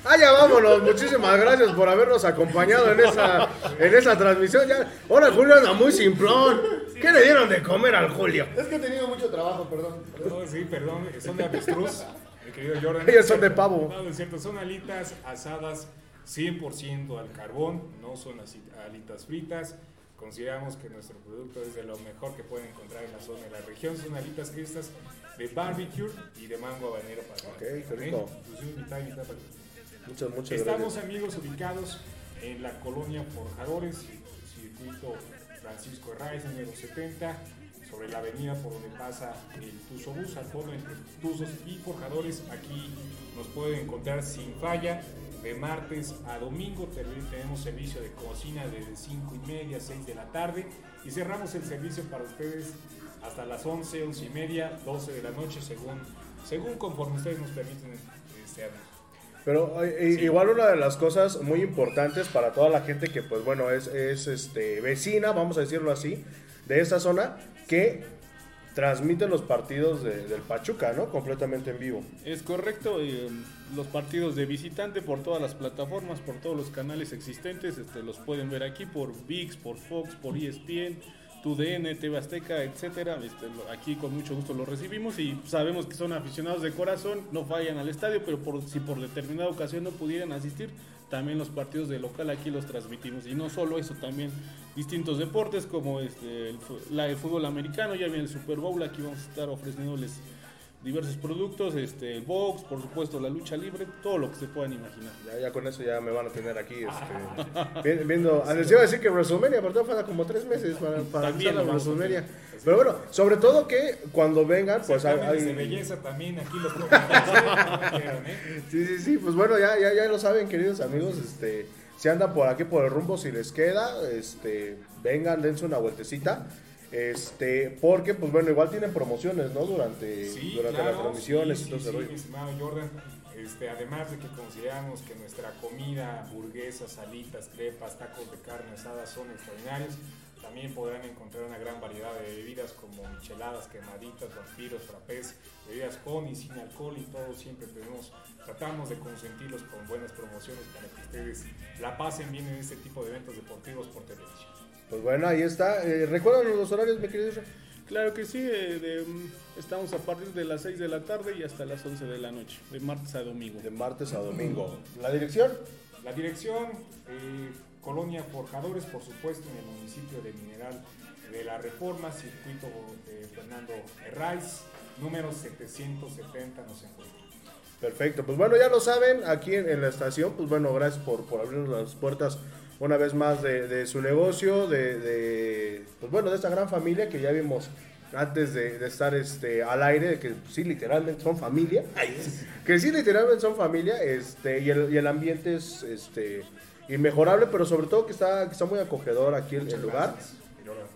Speaker 2: Ah, ya vámonos. Muchísimas gracias por habernos acompañado en esa, en esa transmisión. Ya, ahora Julio anda muy simplón. ¿Qué le dieron de comer al Julio?
Speaker 3: Es que he tenido mucho trabajo, perdón.
Speaker 7: No, sí, perdón, son de avestruz, mi querido Jordan.
Speaker 2: Ellos son de pavo.
Speaker 7: No, no es cierto, son alitas asadas 100% al carbón, no son asi- alitas fritas. Consideramos que nuestro producto es de lo mejor que pueden encontrar en la zona de la región. Son alitas cristas de barbecue y de mango habanero para
Speaker 2: Ok, qué
Speaker 7: ¿ok?
Speaker 2: rico.
Speaker 7: Entonces, mitad y mitad para ti.
Speaker 2: Muchas, muchas
Speaker 7: Estamos
Speaker 2: gracias.
Speaker 7: amigos ubicados en la colonia Forjadores, circuito Francisco Herráez, número 70, sobre la avenida por donde pasa el Tuzo Bus, al fondo entre Tuzos y Forjadores. Aquí nos pueden encontrar sin falla. De martes a domingo también tenemos servicio de cocina desde 5 y media a 6 de la tarde y cerramos el servicio para ustedes hasta las 11, 11 y media, 12 de la noche, según, según conforme ustedes nos permiten este,
Speaker 2: Pero eh, eh, igual una de las cosas muy importantes para toda la gente que, pues bueno, es, es este, vecina, vamos a decirlo así, de esta zona, que transmiten los partidos de- del Pachuca, ¿no? Completamente en vivo.
Speaker 8: Es correcto, eh, los partidos de visitante por todas las plataformas, por todos los canales existentes, este, los pueden ver aquí por VIX, por Fox, por E ESPN, TUDN, TV Azteca, etcétera. Este, lo- aquí con mucho gusto los recibimos y sabemos que son aficionados de corazón, no fallan al estadio, pero por, si por determinada ocasión no pudieran asistir, también los partidos de local aquí los transmitimos. Y no solo eso, también distintos deportes como este, el, fu- la- el fútbol americano, ya viene el Super Bowl, aquí vamos a estar ofreciéndoles diversos productos, este, el box, por supuesto la lucha libre, todo lo que se puedan imaginar.
Speaker 2: Ya, ya con eso ya me van a tener aquí este,
Speaker 8: *laughs*
Speaker 2: vi- viendo. Ah, Les iba a decir que WrestleMania, pero todavía falta como tres meses para, para
Speaker 8: También
Speaker 2: empezar la
Speaker 8: lo vamos a
Speaker 2: WrestleMania. Pero bueno, sobre todo que cuando vengan, pues hay-
Speaker 7: Certámenes de
Speaker 2: hay-
Speaker 7: belleza también aquí los *laughs* comentarios que quieran, ¿eh?
Speaker 2: Sí, sí, sí, pues bueno, ya, ya, ya lo saben, queridos amigos, este, si andan por aquí por el rumbo, si les queda, este, vengan, dense una vueltecita, este, porque, pues bueno, igual tienen promociones, ¿no? Durante,
Speaker 7: Sí,
Speaker 2: durante
Speaker 7: claro,
Speaker 2: las transmisiones
Speaker 7: sí,
Speaker 2: y todo
Speaker 7: sí,
Speaker 2: ese
Speaker 7: sí,
Speaker 2: rollo.
Speaker 7: mi estimado Jordan, este, además de que consideramos que nuestra comida, hamburguesas, salitas, crepas, tacos de carne asada son extraordinarios, también podrán encontrar una gran variedad de bebidas como micheladas, quemaditas, vampiros, frappés, bebidas con y sin alcohol y todo siempre tenemos, tratamos de consentirlos con buenas promociones para que ustedes la pasen bien en este tipo de eventos deportivos por televisión.
Speaker 2: Pues bueno, ahí está. Eh, ¿Recuerdan los horarios, mi querido Israel?
Speaker 8: Claro que sí, eh, de, mm, estamos a partir de las 6 de la tarde y hasta las 11 de la noche, de martes a domingo.
Speaker 2: De martes a domingo. ¿La dirección?
Speaker 7: La dirección, eh, Colonia Forjadores, por supuesto, en el municipio de Mineral de la Reforma, circuito de Fernando Herraiz, número 770 nos encuentra.
Speaker 2: Perfecto, pues bueno, ya lo saben, aquí en, en la estación, pues bueno, gracias por, por abrirnos las puertas una vez más de, de su negocio, de, de, pues bueno, de esta gran familia que ya vimos antes de, de estar este, al aire, que sí, literalmente son familia, que sí, literalmente son familia, este, y el, y el ambiente es, este, inmejorable, pero sobre todo que está, que está muy acogedor aquí el, el lugar.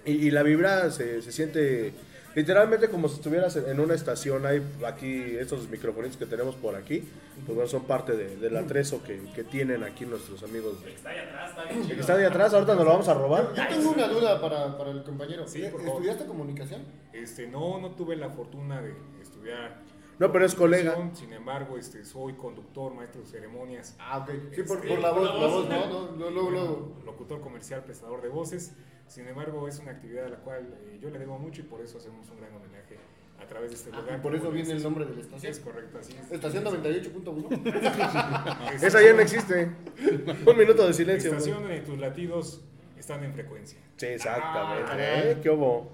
Speaker 2: Y, y la vibra se, se siente literalmente como si estuvieras en, en una estación. Hay aquí estos microfonitos que tenemos por aquí, pues bueno, son parte de- del atrezo que, que tienen aquí nuestros amigos. de- El que está ahí atrás, ahorita nos lo vamos a
Speaker 3: Yo
Speaker 2: robar.
Speaker 3: tengo una duda para, para el compañero.
Speaker 7: Sí, por favor.
Speaker 3: ¿Estudiaste comunicación?
Speaker 7: Este, no, no tuve la fortuna de estudiar.
Speaker 2: No, pero es colega.
Speaker 7: comunicación, Sin embargo, este, soy conductor, maestro de ceremonias,
Speaker 3: Ah, ok. Sí, por,
Speaker 7: Este,
Speaker 3: por la
Speaker 7: por
Speaker 3: voz,
Speaker 7: la
Speaker 3: la
Speaker 7: voz,
Speaker 3: voz, ¿no? No, no, Luego, luego.
Speaker 7: locutor comercial, prestador de voces. Sin embargo, es una actividad a la cual eh, yo le debo mucho y por eso hacemos un gran homenaje a través de este
Speaker 3: Ah,
Speaker 7: lugar.
Speaker 3: y por eso
Speaker 7: Como
Speaker 3: viene el
Speaker 7: dices.
Speaker 3: nombre de la
Speaker 7: Así es
Speaker 3: estación.
Speaker 7: correcto, así es.
Speaker 3: Estación 98.1.
Speaker 2: Esa ya no
Speaker 7: Este,
Speaker 2: existe. Un minuto de silencio. güey.
Speaker 7: Estación de tus latidos están en frecuencia.
Speaker 2: Sí, exactamente.
Speaker 7: Ah,
Speaker 2: ¿eh? ¿Qué hubo?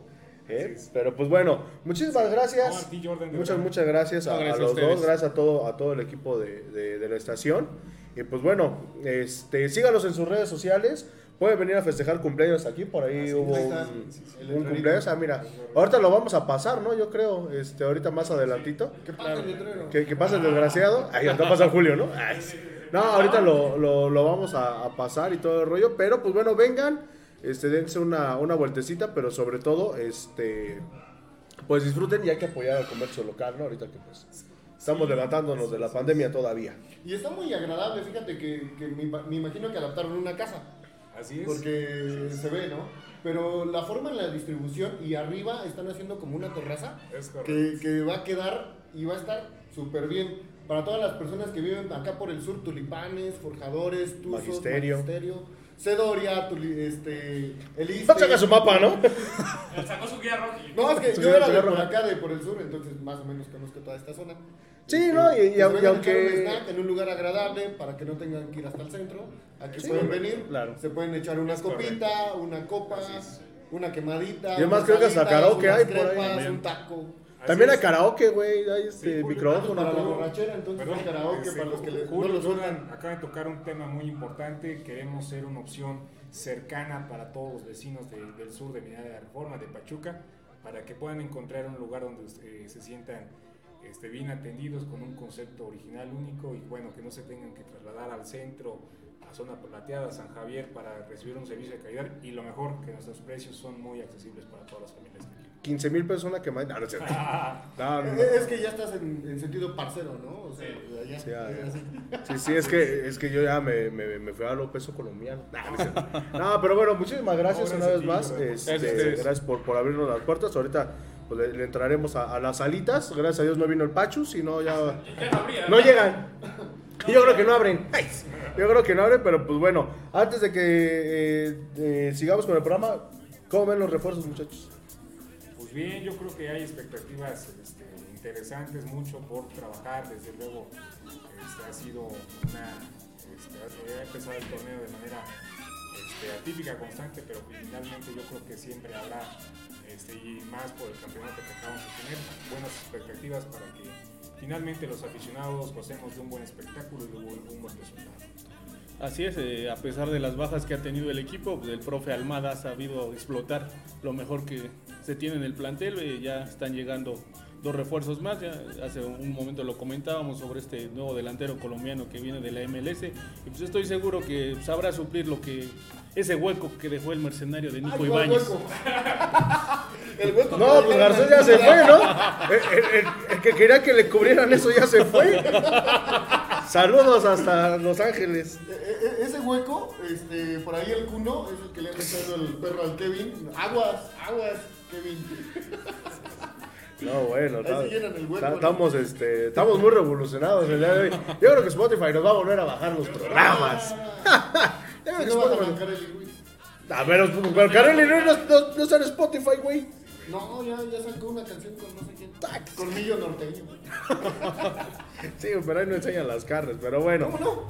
Speaker 2: ¿Eh?
Speaker 7: Sí, sí.
Speaker 2: Pero pues bueno, muchísimas
Speaker 7: No, a
Speaker 2: gracias.
Speaker 7: ti, Jordan, de
Speaker 2: Muchas,
Speaker 7: verdad.
Speaker 2: muchas gracias a,
Speaker 8: No,
Speaker 2: a
Speaker 8: gracias a
Speaker 2: los
Speaker 8: ustedes.
Speaker 2: dos, gracias a todo, a todo el equipo de, de- de la estación. Y pues bueno, este, síganos en sus redes sociales. Pueden venir a festejar cumpleaños aquí, por ahí hubo
Speaker 3: ahí está.
Speaker 2: un,
Speaker 3: Sí, sí, sí.
Speaker 2: un
Speaker 3: El letrerito.
Speaker 2: cumpleaños. Ah, mira, ahorita lo vamos a pasar, ¿no? Yo creo, este, ahorita más adelantito.
Speaker 3: ¿Qué pasa, letrero?
Speaker 2: Que, que pasa el desgraciado. Ahí está pasa Julio, ¿no? Ay, sí. No, ahorita lo, lo- lo vamos a, a pasar y todo el rollo. Pero pues bueno, vengan, este, dense una, una vueltecita, pero sobre todo, este, pues disfruten y hay que apoyar al comercio local, ¿no? Ahorita que pues estamos levantándonos de la pandemia todavía.
Speaker 3: Y está muy agradable, fíjate que, que me, ima- me imagino que adaptaron una casa.
Speaker 7: Así es.
Speaker 3: Porque se ve, ¿no? Pero la forma en la distribución y arriba están haciendo como una terraza
Speaker 7: Es correcto.
Speaker 3: que, que va a quedar y va a estar súper bien. Para todas las personas que viven acá por el sur, tulipanes, forjadores, tuzos,
Speaker 2: Magisterio.
Speaker 3: Magisterio, Cedoria, tuli- este, el Iste.
Speaker 2: Vamos a sacar su mapa, ¿no?
Speaker 5: Sacó su guía roja.
Speaker 3: No, es que
Speaker 2: Su
Speaker 3: yo era de
Speaker 2: guerra.
Speaker 3: por acá, de por el sur, entonces más o menos conozco toda esta zona.
Speaker 2: Sí,
Speaker 3: Este,
Speaker 2: ¿no? Y- y
Speaker 7: Pues
Speaker 3: que se
Speaker 2: au- y
Speaker 3: vengan a
Speaker 2: aunque-
Speaker 3: echar un snack en un lugar agradable para que no tengan que ir hasta el centro, aquí
Speaker 2: Sí,
Speaker 3: pueden
Speaker 2: correcto,
Speaker 3: venir,
Speaker 2: claro.
Speaker 3: se pueden echar una copita, una copa, una quemadita.
Speaker 2: Y además
Speaker 3: unas
Speaker 2: creo que hasta
Speaker 3: salitas,
Speaker 2: karaoke
Speaker 3: unas
Speaker 2: hay por ahí
Speaker 3: crepas,
Speaker 2: también.
Speaker 3: Un taco.
Speaker 7: Así
Speaker 2: También
Speaker 7: es.
Speaker 2: hay karaoke, güey. Hay este
Speaker 7: Sí, Julio,
Speaker 2: micrófono.
Speaker 3: Para la
Speaker 2: todo.
Speaker 3: borrachera, entonces
Speaker 7: Perdón,
Speaker 3: un karaoke
Speaker 7: este,
Speaker 3: para los que les, no
Speaker 7: Julio
Speaker 3: los
Speaker 7: Jordan
Speaker 3: sueltan.
Speaker 7: acaba de tocar un tema muy importante. Queremos ser una opción cercana para todos los vecinos de- del sur de Minera de la Reforma, de Pachuca, para que puedan encontrar un lugar donde eh, se sientan este, bien atendidos con un concepto original único y bueno, que no se tengan que trasladar al centro, a zona plateada, a San Javier, para recibir un servicio de calidad y lo mejor, que nuestros precios son muy accesibles para todas las familias. que viven.
Speaker 2: 15 mil pesos una quemada. No, no es
Speaker 7: *laughs*
Speaker 2: cierto. No, no, no.
Speaker 3: Eh, Es que ya estás en, en sentido parcero, ¿no? O sea, ya-
Speaker 2: Sí, ya, ya.
Speaker 3: así.
Speaker 2: Sí, sí, es que, es que yo ya me, me, me fui a lo peso colombiano. *laughs* Nah, no, es cierto. No, pero bueno, muchísimas gracias,
Speaker 7: No, gracias
Speaker 2: una
Speaker 7: a
Speaker 2: vez
Speaker 7: ti,
Speaker 2: más.
Speaker 7: Jordan.
Speaker 2: Este,
Speaker 8: Gracias a ustedes.
Speaker 2: gracias por, por abrirnos las puertas. Ahorita pues, le, le entraremos a, a las salitas. Gracias a Dios no vino el Pachu, si no ya...
Speaker 5: Ya no habría.
Speaker 2: No
Speaker 5: *laughs*
Speaker 2: llegan. Y Yo creo que no abren. Ay, Yo creo que no abren, pero pues bueno, antes de que eh, eh, sigamos con el programa, ¿cómo ven los refuerzos, muchachos?
Speaker 7: Pues bien, yo creo que hay expectativas este, interesantes, mucho por trabajar. Desde luego, eh, este, ha sido una. este, ha- ha empezado el torneo de manera este, atípica, constante, pero que finalmente yo creo que siempre habrá, este, y más por el campeonato que acabamos de tener, buenas expectativas para que finalmente los aficionados gocemos de un buen espectáculo y de un, un buen resultado.
Speaker 8: Así es, eh, a pesar de las bajas que ha tenido el equipo, pues, el profe Almada ha sabido explotar lo mejor que se tiene en el plantel. eh, ya están llegando dos refuerzos más. ya hace un momento lo comentábamos sobre este nuevo delantero colombiano que viene de la MLS. Y pues estoy seguro que sabrá suplir lo que ese hueco que dejó el mercenario de Nico
Speaker 3: Ay, ¿cuál
Speaker 8: Ibáñez.
Speaker 3: Ah,
Speaker 2: *laughs*
Speaker 3: hueco? el hueco.
Speaker 2: No, pues Garcés ya se fue, ¿no? El, el- el- el que quería que le cubrieran eso ya se fue. Saludos hasta Los Ángeles.
Speaker 3: E- e- Ese hueco, este, por ahí el cuno, es el que le ha metido el perro al Kevin. Aguas, aguas, Kevin.
Speaker 2: No, bueno,
Speaker 3: Ahí se
Speaker 2: no.
Speaker 3: llenan el hueco,
Speaker 2: Ta-
Speaker 3: ¿no?
Speaker 2: estamos, este, estamos muy revolucionados el día de hoy. Yo creo que Spotify nos va a volver a bajar los programas. *laughs* Yo creo
Speaker 3: Si
Speaker 2: que
Speaker 3: Ah. no vas a
Speaker 2: Spotify-
Speaker 3: arrancar el Luis.
Speaker 2: A ver, pero Carol y Luis no, no, no está en Spotify, güey.
Speaker 3: No, ya, ya sacó una canción con no sé quién. Colmillo norteño.
Speaker 2: Sí, pero ahí no enseñan las carnes, pero bueno.
Speaker 3: ¿Cómo no?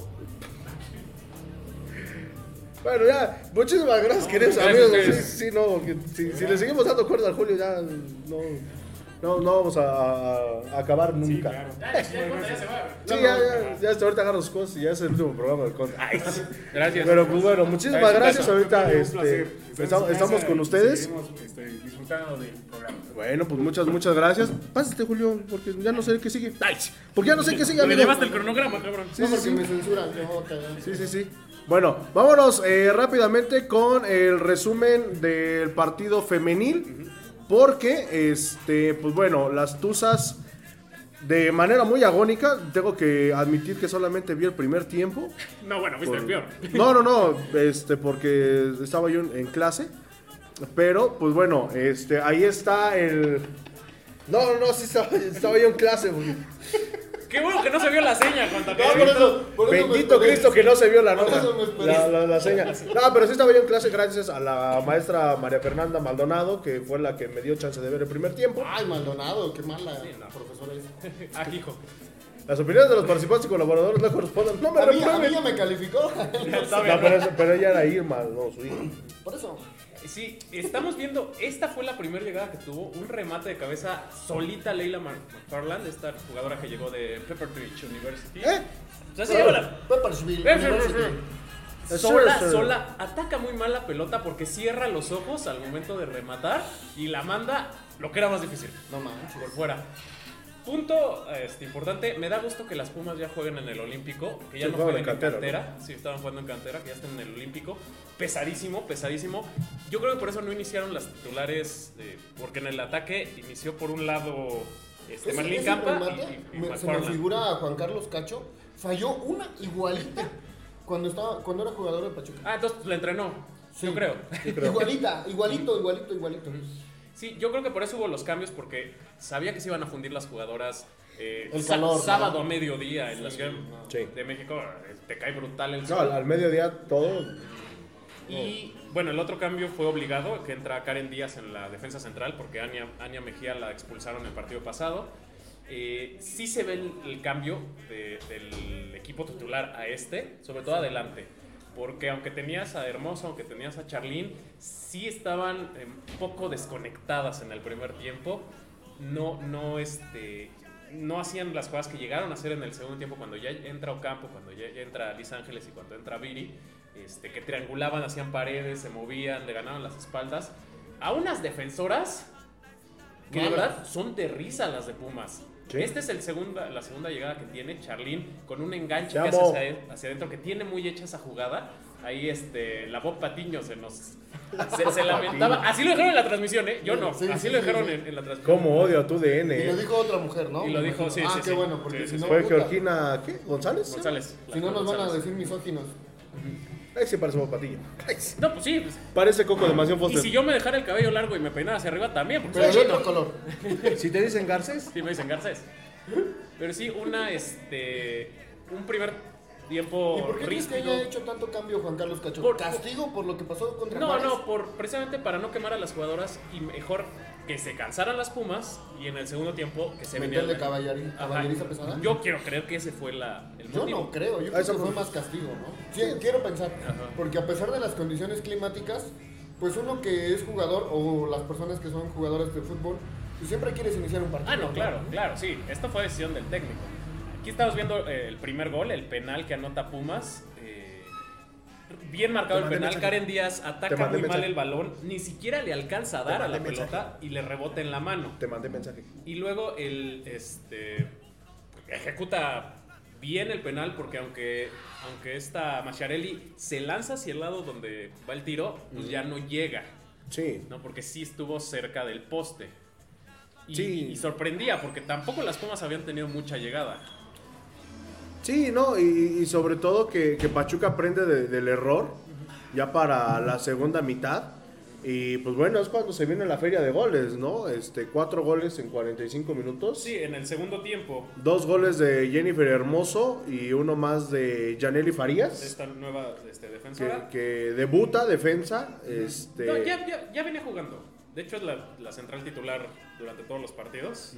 Speaker 2: Bueno, ya, muchísimas gracias, queridos
Speaker 4: gracias a
Speaker 2: amigos. Sí,
Speaker 4: ustedes.
Speaker 2: sí, no, porque si, si le seguimos dando cuerda al Julio, ya no, no, no vamos a, a acabar
Speaker 7: Sí,
Speaker 2: nunca.
Speaker 7: claro.
Speaker 2: Sí, ya, ya, ya hasta ahorita agarro sus cosas y ya es el último programa del Contra. Ay, sí.
Speaker 4: Gracias.
Speaker 2: Pero pues bueno, muchísimas gracias.
Speaker 4: Gracias,
Speaker 2: Ahorita
Speaker 7: Un
Speaker 2: este,
Speaker 7: placer. Estamos en
Speaker 2: estamos,
Speaker 7: casa
Speaker 2: estamos con
Speaker 7: y
Speaker 2: ustedes.
Speaker 7: seguiremos, este, disfrutando del programa.
Speaker 2: Bueno, pues muchas, muchas gracias. Pásate, Julio, porque ya no sé qué sigue. Ay, porque ya no sé qué sigue,
Speaker 4: Me
Speaker 2: amigo.
Speaker 4: llevaste el cronograma, cabrón.
Speaker 2: Sí,
Speaker 3: No,
Speaker 2: sí,
Speaker 3: porque
Speaker 2: sí.
Speaker 3: me censuran. No, cagado.
Speaker 2: Sí, sí, sí. Bueno, vámonos eh, rápidamente con el resumen del partido femenil. Porque, este, pues bueno, las Tuzas, de manera muy agónica, tengo que admitir que solamente vi el primer tiempo.
Speaker 4: No, bueno, viste el peor.
Speaker 2: No, no, no, este, porque estaba yo en en clase. Pero, pues bueno, este, ahí está el. No, no, no, sí estaba, estaba yo en clase. porque-
Speaker 4: Qué bueno que no se vio la seña cuando
Speaker 3: No, por eso. Por eso me
Speaker 2: Bendito
Speaker 3: esperé.
Speaker 2: Cristo que no se vio la
Speaker 3: Por
Speaker 2: nota.
Speaker 3: eso me esperé.
Speaker 2: La, la- la seña. No, pero sí estaba yo en clase gracias a la maestra María Fernanda Maldonado, que fue la que me dio chance de ver el primer tiempo.
Speaker 3: Ay, Maldonado, qué mala profesora es.
Speaker 4: Ah, hijo.
Speaker 2: Las opiniones de los participantes y colaboradores no corresponden. No me
Speaker 3: A mí, a mí
Speaker 2: reprueben.
Speaker 3: ya me calificó.
Speaker 2: No, pero, eso- pero ella era Irma, no su hija.
Speaker 3: Por eso.
Speaker 4: Sí, estamos viendo, esta fue la primera llegada que tuvo, un remate de cabeza solita Leila Mar- McFarland, esta jugadora que llegó de Pepperidge University.
Speaker 2: ¿Eh?
Speaker 4: O sea, se lleva la...
Speaker 3: Peppersville.
Speaker 4: Eh, sí,
Speaker 3: University.
Speaker 4: sí,
Speaker 2: Es
Speaker 4: Sola,
Speaker 2: Scherzer.
Speaker 4: sola, ataca muy mal la pelota porque cierra los ojos al momento de rematar y la manda lo que era más difícil,
Speaker 3: No manches.
Speaker 4: por fuera. Punto este, importante, me da gusto que las Pumas ya jueguen en el Olímpico, que ya
Speaker 2: Sí, juegan
Speaker 4: no jueguen en
Speaker 2: en
Speaker 4: cantera,
Speaker 2: cantera,
Speaker 4: sí, estaban jugando en cantera, que ya están en el Olímpico, pesadísimo, pesadísimo. Yo creo que por eso no iniciaron las titulares, eh, porque en el ataque inició por un lado este,
Speaker 3: Ese-
Speaker 4: Marlene
Speaker 3: ese
Speaker 4: Campa y,
Speaker 3: remate
Speaker 4: y- y
Speaker 3: me- se me
Speaker 4: McFarland.
Speaker 3: figura a Juan Carlos Cacho. Falló una igualita cuando, estaba, cuando era jugador de Pachuca.
Speaker 4: Ah, entonces la entrenó,
Speaker 3: Sí.
Speaker 4: yo creo.
Speaker 3: Igualita, igualito, igualito, igualito.
Speaker 4: *laughs* Sí, yo creo que por eso hubo los cambios, porque sabía que se iban a fundir las jugadoras. eh,
Speaker 3: El
Speaker 4: sa-
Speaker 3: calor, ¿no?
Speaker 4: Sábado a mediodía en la Ciudad
Speaker 2: Sí.
Speaker 4: de México, eh, te cae brutal el
Speaker 2: No,
Speaker 4: sol.
Speaker 2: al, al mediodía todo.
Speaker 4: Y bueno, el otro cambio fue obligado, que entra Karen Díaz en la defensa central, porque Ania, Ania Mejía la expulsaron el partido pasado. Eh, sí se ve el, el cambio de- del equipo titular a este, sobre todo adelante. Porque aunque tenías a Hermoso, aunque tenías a Charlín, sí estaban eh, un poco desconectadas en el primer tiempo. No, no, este, no hacían las cosas que llegaron a hacer en el segundo tiempo cuando ya entra Ocampo, cuando ya ya entra Liz Ángeles y cuando entra Viri, este, que triangulaban, hacían paredes, se movían, le ganaban las espaldas. A unas defensoras que de
Speaker 3: Malas.
Speaker 4: verdad son de risa las de Pumas.
Speaker 2: Sí.
Speaker 4: Esta es el segunda, la segunda llegada que tiene Charlín con un enganche
Speaker 2: Te
Speaker 4: que hace
Speaker 2: amo.
Speaker 4: hacia, hacia adentro, que tiene muy hecha esa jugada. Ahí este, la Bob Patiño se nos. Se,
Speaker 3: *laughs*
Speaker 4: se lamentaba. Así lo dejaron en la transmisión, ¿eh? Yo no.
Speaker 3: Sí,
Speaker 4: Así
Speaker 3: sí,
Speaker 4: lo
Speaker 3: sí,
Speaker 4: dejaron
Speaker 3: sí.
Speaker 4: en, en la transmisión.
Speaker 2: ¿Cómo odio a tu
Speaker 3: Y
Speaker 2: DN?
Speaker 3: lo
Speaker 2: eh?
Speaker 3: dijo otra mujer, ¿no?
Speaker 4: Y lo dijo, sí,
Speaker 3: Ah,
Speaker 4: sí,
Speaker 3: qué
Speaker 4: sí.
Speaker 3: bueno, porque
Speaker 4: Sí, sí,
Speaker 3: si no.
Speaker 2: ¿Fue
Speaker 3: puta,
Speaker 2: Georgina qué? ¿González?
Speaker 4: González.
Speaker 3: Si no nos van a
Speaker 4: González.
Speaker 3: decir misóginos.
Speaker 2: Ay, sí, parece Bob Patiño. Ay, sí.
Speaker 4: No, pues sí. pues.
Speaker 2: Parece Coco de Mansión
Speaker 4: Y
Speaker 2: Foster.
Speaker 4: si yo me dejara el cabello largo y me peinara hacia arriba también, porque
Speaker 3: Pero de otro color.
Speaker 2: Si te dicen Garcés,
Speaker 4: Sí, me dicen Garcés. Pero sí, una, este. Un primer tiempo
Speaker 3: ¿Y por qué crees que
Speaker 4: ríspido.
Speaker 3: haya hecho tanto cambio Juan Carlos Cacho?
Speaker 4: Por-
Speaker 3: ¿Castigo por lo que pasó contra
Speaker 4: No,
Speaker 3: Juárez?
Speaker 4: no, por, precisamente para no quemar a las jugadoras y mejor que se cansaran las Pumas y en el segundo tiempo que se
Speaker 3: ¿Meterle
Speaker 4: vendieran.
Speaker 3: caballari-
Speaker 4: Ajá.
Speaker 3: caballeriza pesada?
Speaker 4: Yo quiero creer que ese fue la, el
Speaker 3: Yo
Speaker 4: motivo.
Speaker 3: no creo, yo creo
Speaker 2: Ah, eso
Speaker 3: que fue
Speaker 2: fue.
Speaker 3: más castigo, ¿no? Sí, quiero pensar, porque a pesar de las condiciones climáticas, pues uno que es jugador o las personas que son jugadoras de fútbol, pues siempre quieres iniciar un partido.
Speaker 4: Ah, no, claro, claro, sí. Esta fue decisión del técnico. Aquí estamos viendo eh, el primer gol, el penal que anota Pumas. eh, bien marcado el
Speaker 2: mandé
Speaker 4: penal.
Speaker 2: mensaje.
Speaker 4: Karen Díaz
Speaker 2: Te
Speaker 4: ataca
Speaker 2: mandé
Speaker 4: muy mal
Speaker 2: mensaje.
Speaker 4: el balón. Ni siquiera le alcanza a dar a la
Speaker 2: mandé mensaje.
Speaker 4: pelota y le rebota en la mano.
Speaker 2: Te mandé mensaje.
Speaker 4: Y luego el este ejecuta bien el penal porque aunque aunque esta Macharelli se lanza hacia el lado donde va el tiro, pues ya no llega,
Speaker 2: Sí.
Speaker 4: ¿no? Porque sí estuvo cerca del poste. Y,
Speaker 2: Sí.
Speaker 4: y sorprendía porque tampoco las Pumas habían tenido mucha llegada.
Speaker 2: Sí, no, y, y sobre todo que, que Pachuca aprende de- del error ya para la segunda mitad. Y pues bueno, es cuando se viene la feria de goles, ¿no? Este, cuatro goles en 45 minutos.
Speaker 4: Sí, en el segundo tiempo
Speaker 2: Dos goles de Jennifer Hermoso y uno más de Janely
Speaker 4: de
Speaker 2: Farías,
Speaker 4: esta nueva este,
Speaker 2: que,
Speaker 4: defensora.
Speaker 2: que debuta defensa. Este,
Speaker 4: No, ya, ya, ya venía jugando. De hecho, es la, la central titular durante todos los partidos.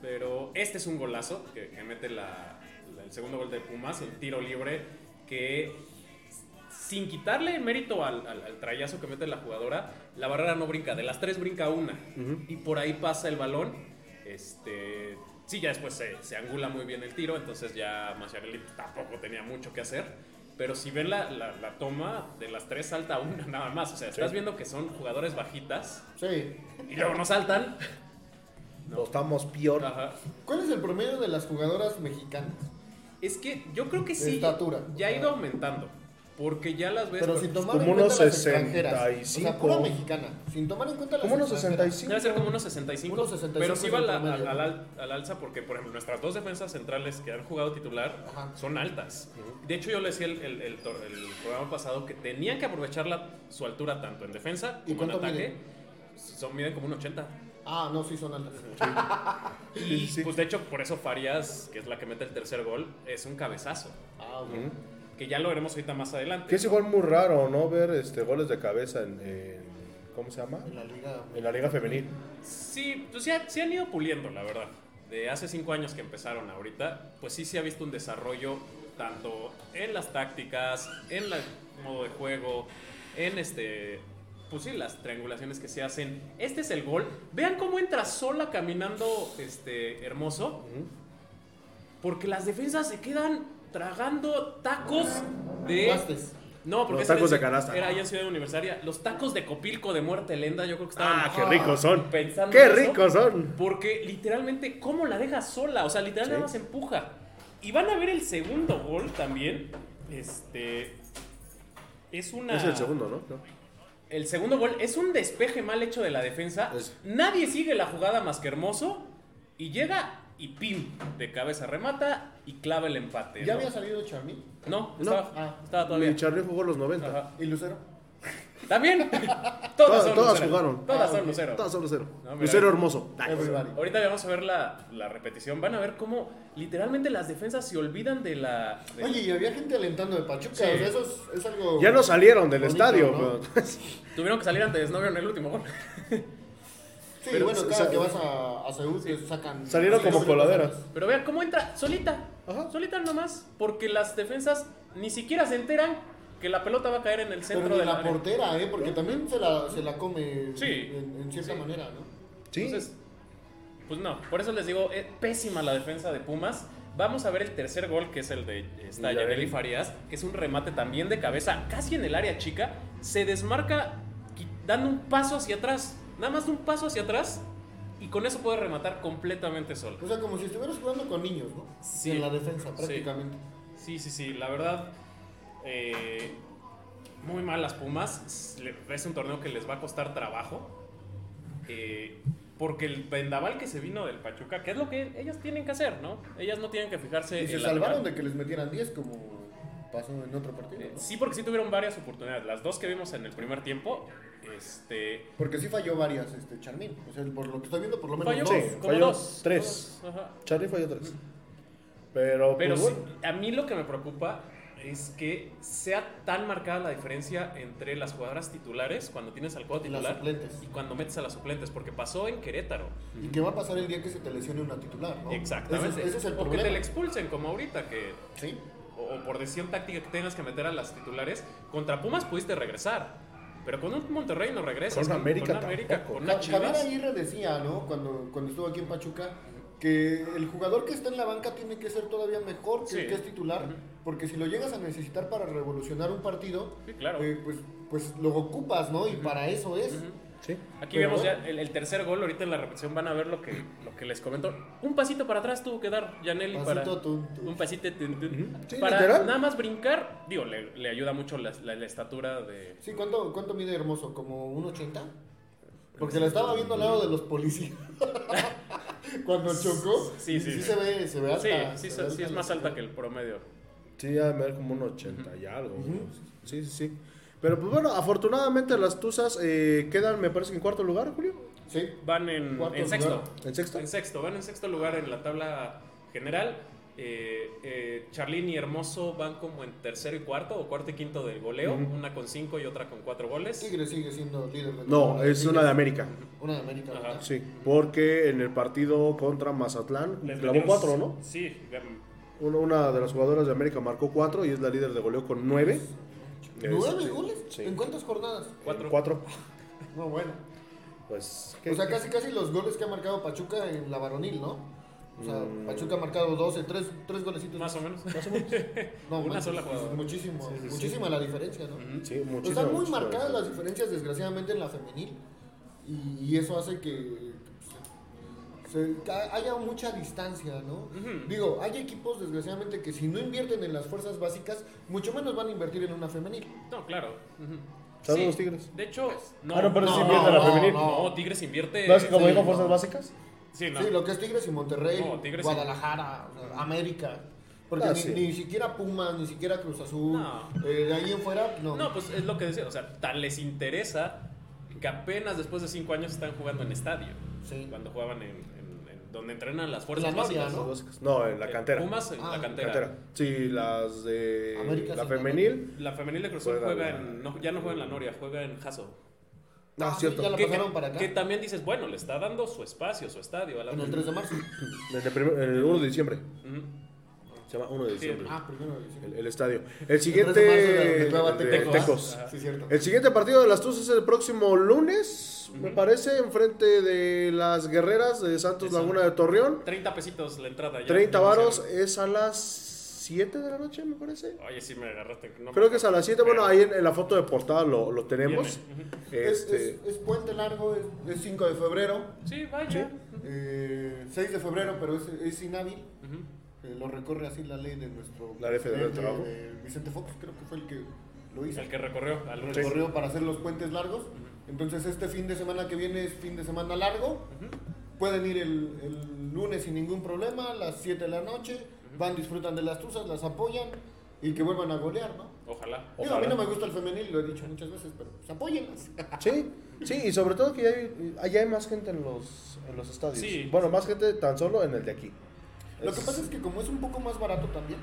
Speaker 4: Pero este es un golazo que, que mete la- la- el segundo gol de Pumas, el tiro libre, que sin quitarle mérito al, al, al trayazo que mete la jugadora, la barrera no brinca. De las tres brinca una. Y por ahí pasa el balón. Este. Sí, ya después se, se angula muy bien el tiro, entonces ya Macharelli tampoco tenía mucho que hacer. Pero si ven la, la- la toma, de las tres salta una nada más. O sea, estás viendo que son jugadores bajitas
Speaker 3: Sí.
Speaker 4: y luego
Speaker 3: *laughs*
Speaker 4: no saltan.
Speaker 2: Lo estamos peor.
Speaker 4: Ajá.
Speaker 3: ¿Cuál es el promedio de las jugadoras mexicanas?
Speaker 4: Es que yo creo que
Speaker 3: De
Speaker 4: sí.
Speaker 3: estatura.
Speaker 4: Ya ha ido aumentando. Porque ya las ves.
Speaker 3: Pero
Speaker 4: con-
Speaker 3: sin tomar
Speaker 2: como
Speaker 3: en cuenta
Speaker 2: unos
Speaker 3: las
Speaker 2: 65.
Speaker 3: extranjeras. O sea, pura mexicana. Sin tomar en cuenta las
Speaker 2: Como unos
Speaker 3: extranjeras.
Speaker 2: 65.
Speaker 4: Debe ser como unos 65.
Speaker 3: Unos 65
Speaker 4: pero sí va
Speaker 3: es
Speaker 4: al,
Speaker 3: el promedio,
Speaker 4: al-
Speaker 3: ¿no?
Speaker 4: al- al alza porque, por ejemplo, nuestras dos defensas centrales que han jugado titular
Speaker 3: Ajá.
Speaker 4: son altas. De hecho, yo le decía el, el- el tor- el programa pasado que tenían que aprovechar la- su altura tanto en defensa
Speaker 3: ¿Y
Speaker 4: como en
Speaker 3: cuánto
Speaker 4: ataque.
Speaker 3: miden?
Speaker 4: Son, miden como un 80.
Speaker 3: Ah, no, sí son altas.
Speaker 4: Y
Speaker 2: Sí, sí.
Speaker 4: pues de hecho, por eso Farias, que es la que mete el tercer gol, es un cabezazo.
Speaker 3: Ah, ok.
Speaker 4: Que ya lo veremos ahorita más
Speaker 2: Que
Speaker 4: adelante.
Speaker 2: es igual muy raro, ¿no? Ver este, goles de cabeza en, en- ¿Cómo se llama?
Speaker 3: En la liga.
Speaker 2: En la Liga Femenil.
Speaker 4: Sí, pues ya, sí han ido puliendo, la verdad. De hace cinco años que empezaron ahorita, pues sí se ha visto un desarrollo tanto en las tácticas, en el modo de juego, en este. Pues sí, las triangulaciones que se hacen. Este es el gol. Vean cómo entra sola caminando este hermoso. Porque las defensas se quedan tragando tacos de.
Speaker 3: Bastes.
Speaker 4: No, porque
Speaker 2: Los
Speaker 4: ese
Speaker 2: tacos
Speaker 4: era-
Speaker 2: de canasta.
Speaker 4: Era allá en Ciudad Universitaria. Los tacos de Copilco de Muerte Lenda, yo creo que estaban.
Speaker 2: ¡Ah, qué ricos son!
Speaker 4: Pensando
Speaker 2: ¡Qué
Speaker 4: en eso.
Speaker 2: ricos son!
Speaker 4: Porque literalmente, ¿cómo la deja sola? O sea, literal nada más empuja. Y van a ver el segundo gol también. Este. Es una.
Speaker 2: Es el segundo, ¿no? No.
Speaker 4: El segundo gol es un despeje mal hecho de la defensa.
Speaker 2: Es-
Speaker 4: Nadie sigue la jugada más que Hermoso. Y llega y pim, de cabeza remata y clava el empate.
Speaker 3: ¿Ya
Speaker 4: ¿no?
Speaker 3: había salido Charmín?
Speaker 4: No, estaba,
Speaker 3: Ah.
Speaker 4: estaba
Speaker 2: Mi
Speaker 4: todavía.
Speaker 2: Charly jugó los 90.
Speaker 4: Ajá.
Speaker 3: ¿Y Lucero?
Speaker 4: También. *laughs*
Speaker 2: Todas-
Speaker 4: todas son
Speaker 2: todas
Speaker 4: Lucero.
Speaker 2: jugaron.
Speaker 4: Todas
Speaker 3: Ah,
Speaker 4: son
Speaker 3: ok.
Speaker 4: Lucero.
Speaker 2: Todas solo cero.
Speaker 4: No, mira.
Speaker 2: Lucero hermoso. Ay.
Speaker 3: Everybody.
Speaker 4: Ahorita vamos a ver la, la repetición. Van a ver cómo literalmente las defensas se olvidan de la. de-
Speaker 3: Oye, y había gente alentando de Pachuca.
Speaker 4: Sí.
Speaker 3: O sea, eso es, es algo.
Speaker 2: Ya no salieron del
Speaker 3: Bonito,
Speaker 2: estadio.
Speaker 3: ¿no?
Speaker 2: pero- *laughs*
Speaker 4: Tuvieron que salir antes, no vieron el último gol. *laughs*
Speaker 3: Sí,
Speaker 2: pero
Speaker 3: bueno,
Speaker 2: sa-
Speaker 3: cada
Speaker 2: sa-
Speaker 3: que vas a, a Seúl te sacan.
Speaker 2: Salieron
Speaker 3: Sí,
Speaker 2: como
Speaker 3: sí,
Speaker 2: coladeras.
Speaker 4: Pero vean cómo entra solita.
Speaker 2: Ajá.
Speaker 4: Solita nomás. Porque las defensas ni siquiera se enteran que la pelota va a caer en el
Speaker 3: Pero
Speaker 4: centro
Speaker 3: ni
Speaker 4: de la.
Speaker 3: la portera, ¿eh? Porque también se la, se la come
Speaker 4: Sí.
Speaker 3: en, en cierta manera, ¿no?
Speaker 2: Sí.
Speaker 4: Entonces, pues no. Por eso les digo, es pésima la defensa de Pumas. Vamos a ver el tercer gol, que es el de esta
Speaker 2: Yareli.
Speaker 4: Yareli Farías, que es un remate también de cabeza, casi en el área chica. Se desmarca qui- dando un paso hacia atrás. Nada más de un paso hacia atrás. Y con eso puede rematar completamente sola.
Speaker 3: O sea, como si estuvieras jugando con niños, ¿no?
Speaker 4: Sí.
Speaker 3: En la defensa,
Speaker 4: Sí.
Speaker 3: prácticamente.
Speaker 4: Sí, sí, sí, la verdad, eh, muy mal las Pumas. Le- Es un torneo que les va a costar trabajo. eh, porque el vendaval que se vino del Pachuca, que es lo que ellas tienen que hacer, ¿no? Ellas no tienen que fijarse
Speaker 3: Y se
Speaker 4: en la
Speaker 3: salvaron
Speaker 4: rival.
Speaker 3: de que les metieran 10, como pasó en otro partido.
Speaker 4: Eh,
Speaker 3: ¿no?
Speaker 4: Sí, porque sí tuvieron varias oportunidades. Las dos que vimos en el primer tiempo, este.
Speaker 3: Porque sí falló varias, este, Charmín. O sea, por lo que estoy viendo, por lo menos
Speaker 4: Falló
Speaker 3: dos.
Speaker 4: como
Speaker 2: falló
Speaker 4: dos.
Speaker 2: tres.
Speaker 4: Dos, ajá.
Speaker 2: Charly falló tres.
Speaker 9: Pero,
Speaker 4: Pero
Speaker 9: pues,
Speaker 4: sí,
Speaker 9: bueno,
Speaker 4: a mí lo que me preocupa es que sea tan marcada la diferencia entre las jugadoras titulares cuando tienes al cuadro
Speaker 3: Y las
Speaker 4: titular
Speaker 3: suplentes.
Speaker 4: y cuando metes a las suplentes, porque pasó en Querétaro.
Speaker 3: ¿Y qué va a pasar el día que se te lesione una titular? ¿no?
Speaker 4: Exactamente.
Speaker 3: Oh, Ese es, ese es el
Speaker 4: o que te la
Speaker 3: problema.
Speaker 4: expulsen, como ahorita, que
Speaker 3: Sí.
Speaker 4: o, o por decisión táctica que tengas que meter a las titulares, contra Pumas pudiste regresar. Pero con un Monterrey no regresas.
Speaker 2: Con América
Speaker 4: Con América,
Speaker 2: tampoco.
Speaker 4: con una
Speaker 3: Ca- Javier
Speaker 4: Chivas.
Speaker 3: Aguirre decía, ¿no? Cuando, cuando estuvo aquí en Pachuca, que el jugador que está en la banca tiene que ser todavía mejor que
Speaker 4: Sí.
Speaker 3: el que es titular, porque si lo llegas a necesitar para revolucionar un partido,
Speaker 4: Sí, claro.
Speaker 3: eh, pues, pues lo ocupas, ¿no? Y para eso es.
Speaker 2: Sí.
Speaker 4: Aquí
Speaker 3: Pero
Speaker 4: vemos ya
Speaker 3: bueno.
Speaker 4: el, el tercer gol. Ahorita en la repetición van a ver lo que, lo que les comento. Un pasito para atrás tuvo que dar Janelli para.
Speaker 3: Pasito, tum, tum.
Speaker 4: Un pasito tum, tum,
Speaker 2: Sí,
Speaker 4: para
Speaker 2: literal.
Speaker 4: nada más brincar. Digo, le, le ayuda mucho la, la- la estatura de.
Speaker 3: Sí, ¿cuánto, cuánto mide Hermoso? ¿Como un 80?
Speaker 4: Pues
Speaker 3: Porque la estaba viendo al lado de los
Speaker 4: *laughs*
Speaker 3: policías. Cuando chocó.
Speaker 4: Sí,
Speaker 3: y
Speaker 4: sí.
Speaker 3: se ve, se ve
Speaker 4: Sí,
Speaker 3: alta.
Speaker 4: sí,
Speaker 3: se
Speaker 4: sí,
Speaker 3: ve
Speaker 4: sí, es
Speaker 3: la
Speaker 4: más
Speaker 3: estatura.
Speaker 4: alta que el promedio.
Speaker 2: Sí, ya me da como un 80 y algo. Sí, sí, sí. Pero pues bueno, afortunadamente las Tuzas eh, quedan, me parece que en cuarto lugar, Julio.
Speaker 3: Sí.
Speaker 4: Van en,
Speaker 3: Cuarto
Speaker 4: en sexto.
Speaker 3: lugar.
Speaker 2: En sexto.
Speaker 4: En sexto, van en sexto lugar en la tabla general. Eh, eh, Charlín y Hermoso van como en tercero y cuarto, o cuarto y quinto del goleo. Una con cinco y otra con cuatro goles.
Speaker 3: Tigre sigue siendo líder. de-
Speaker 2: No, es una de América.
Speaker 3: Una de América. ¿verdad?
Speaker 2: Sí, porque en el partido contra Mazatlán
Speaker 4: Les
Speaker 2: clavó
Speaker 4: metieron-
Speaker 2: cuatro, ¿no?
Speaker 4: Sí, vean,
Speaker 2: Una, una de las jugadoras de América marcó cuatro y es la líder de goleo con nueve.
Speaker 3: ¿Nueve
Speaker 2: Este,
Speaker 3: goles?
Speaker 2: Sí.
Speaker 3: ¿En cuántas jornadas?
Speaker 4: Cuatro.
Speaker 2: En cuatro.
Speaker 3: No, bueno.
Speaker 2: Pues,
Speaker 3: O sea, casi casi los goles que ha marcado Pachuca en la varonil, ¿no? O sea,
Speaker 2: Mm.
Speaker 3: Pachuca ha marcado 12, 3, golecitos.
Speaker 4: más o menos.
Speaker 3: No,
Speaker 4: Una
Speaker 3: manches,
Speaker 4: sola
Speaker 3: es
Speaker 4: jugadora.
Speaker 3: Muchísimo, muchísima la diferencia, ¿no?
Speaker 2: sí, muchísimo,
Speaker 3: Están muy
Speaker 2: muchísimo.
Speaker 3: marcadas las diferencias, desgraciadamente, en la femenil. Y, y eso hace que pues, se- que haya mucha distancia, ¿no? Digo, hay equipos, desgraciadamente, que si no invierten en las fuerzas básicas, mucho menos van a invertir en una femenil.
Speaker 4: No, claro. Ujú.
Speaker 2: ¿Sabes
Speaker 4: Sí,
Speaker 2: los Tigres?
Speaker 4: De hecho, no.
Speaker 2: Ah, no, pero
Speaker 4: no,
Speaker 2: sí invierte la femenil.
Speaker 4: no, Tigres invierte.
Speaker 2: ¿No es que como
Speaker 3: Sí,
Speaker 2: dijo
Speaker 3: no.
Speaker 2: fuerzas básicas?
Speaker 4: Sí, no.
Speaker 3: Sí, lo que es Tigres y Monterrey,
Speaker 4: No, Tigres y-
Speaker 3: Guadalajara, o sea, América. Porque
Speaker 2: Ah,
Speaker 3: ni,
Speaker 2: sí.
Speaker 3: ni siquiera Pumas, ni siquiera Cruz Azul.
Speaker 4: No.
Speaker 3: eh, de ahí en fuera, no.
Speaker 4: No, pues es lo que decía. O sea, tan les interesa que apenas después de cinco años están jugando en estadio.
Speaker 3: Sí.
Speaker 4: Cuando jugaban en, en- en- donde entrenan las
Speaker 3: La
Speaker 4: fuerzas
Speaker 3: novia,
Speaker 4: básicas.
Speaker 3: ¿no?
Speaker 2: No, en la
Speaker 4: Eh,
Speaker 2: cantera.
Speaker 4: Pumas en
Speaker 3: Ah,
Speaker 4: la cantera.
Speaker 2: Cantera. Sí, las de
Speaker 3: América
Speaker 2: la
Speaker 3: sí, también.
Speaker 2: femenil.
Speaker 4: La femenil de Cruz Azul
Speaker 2: Juega
Speaker 4: juega
Speaker 2: la-
Speaker 4: en, no, ya no juega en la Noria, juega en Jaso.
Speaker 2: Ah,
Speaker 3: Ah, sí,
Speaker 2: cierto.
Speaker 3: ya la
Speaker 4: Que,
Speaker 3: pasaron para acá.
Speaker 4: que también dices, bueno, le está dando su espacio, su estadio. A la
Speaker 3: En el 3 de marzo.
Speaker 2: Desde primer- el 1 de diciembre.
Speaker 4: Ujú.
Speaker 2: Se llama 1 de diciembre.
Speaker 3: Ah, primero de diciembre.
Speaker 2: El, el estadio. El
Speaker 3: El 3 de marzo
Speaker 2: siguiente.
Speaker 3: de- de Cueva,
Speaker 2: el de
Speaker 3: Tecos.
Speaker 2: Tecos.
Speaker 4: Ah.
Speaker 3: Sí, cierto.
Speaker 2: El siguiente partido de las Tuzas es el próximo lunes, me parece, enfrente de las guerreras de Santos
Speaker 4: Eso.
Speaker 2: Laguna de Torreón.
Speaker 4: 30 pesitos la entrada. Ya,
Speaker 2: 30
Speaker 4: ya
Speaker 2: varos
Speaker 4: anunciaron.
Speaker 2: es a las 7 de la noche, me parece.
Speaker 4: Oye, sí me agarraste. no me
Speaker 2: Creo que es a
Speaker 4: acuerdo.
Speaker 2: las 7. Bueno, ahí en, en la foto de portada lo, lo tenemos.
Speaker 3: Es,
Speaker 2: Este,
Speaker 3: es- es puente largo, es, es 5 de febrero,
Speaker 4: Sí, vaya.
Speaker 3: eh, 6 de febrero, pero es, es inhábil. Eh, lo recorre así la ley de nuestro
Speaker 2: La ley federal del
Speaker 3: presidente,
Speaker 2: trabajo.
Speaker 3: de Vicente Fox, creo que fue el que lo hizo.
Speaker 4: El que recorrió al lunes.
Speaker 3: recorrido para hacer los puentes largos. Entonces este fin de semana que viene es fin de semana largo. Pueden ir el, el lunes sin ningún problema, a las 7 de la noche. Van, disfrutan de las tuzas, las apoyan y que vuelvan a golear, ¿no?
Speaker 4: Ojalá.
Speaker 3: Digo, a mí no me gusta el femenil, lo he dicho muchas veces, pero pues, apóyenlas. *laughs*
Speaker 2: Sí, sí, y sobre todo que ya hay, ah, ya hay más gente en los, en los estadios.
Speaker 4: Sí.
Speaker 2: Bueno, más gente tan solo en el de aquí.
Speaker 3: Lo que pasa es que como es un poco más barato también,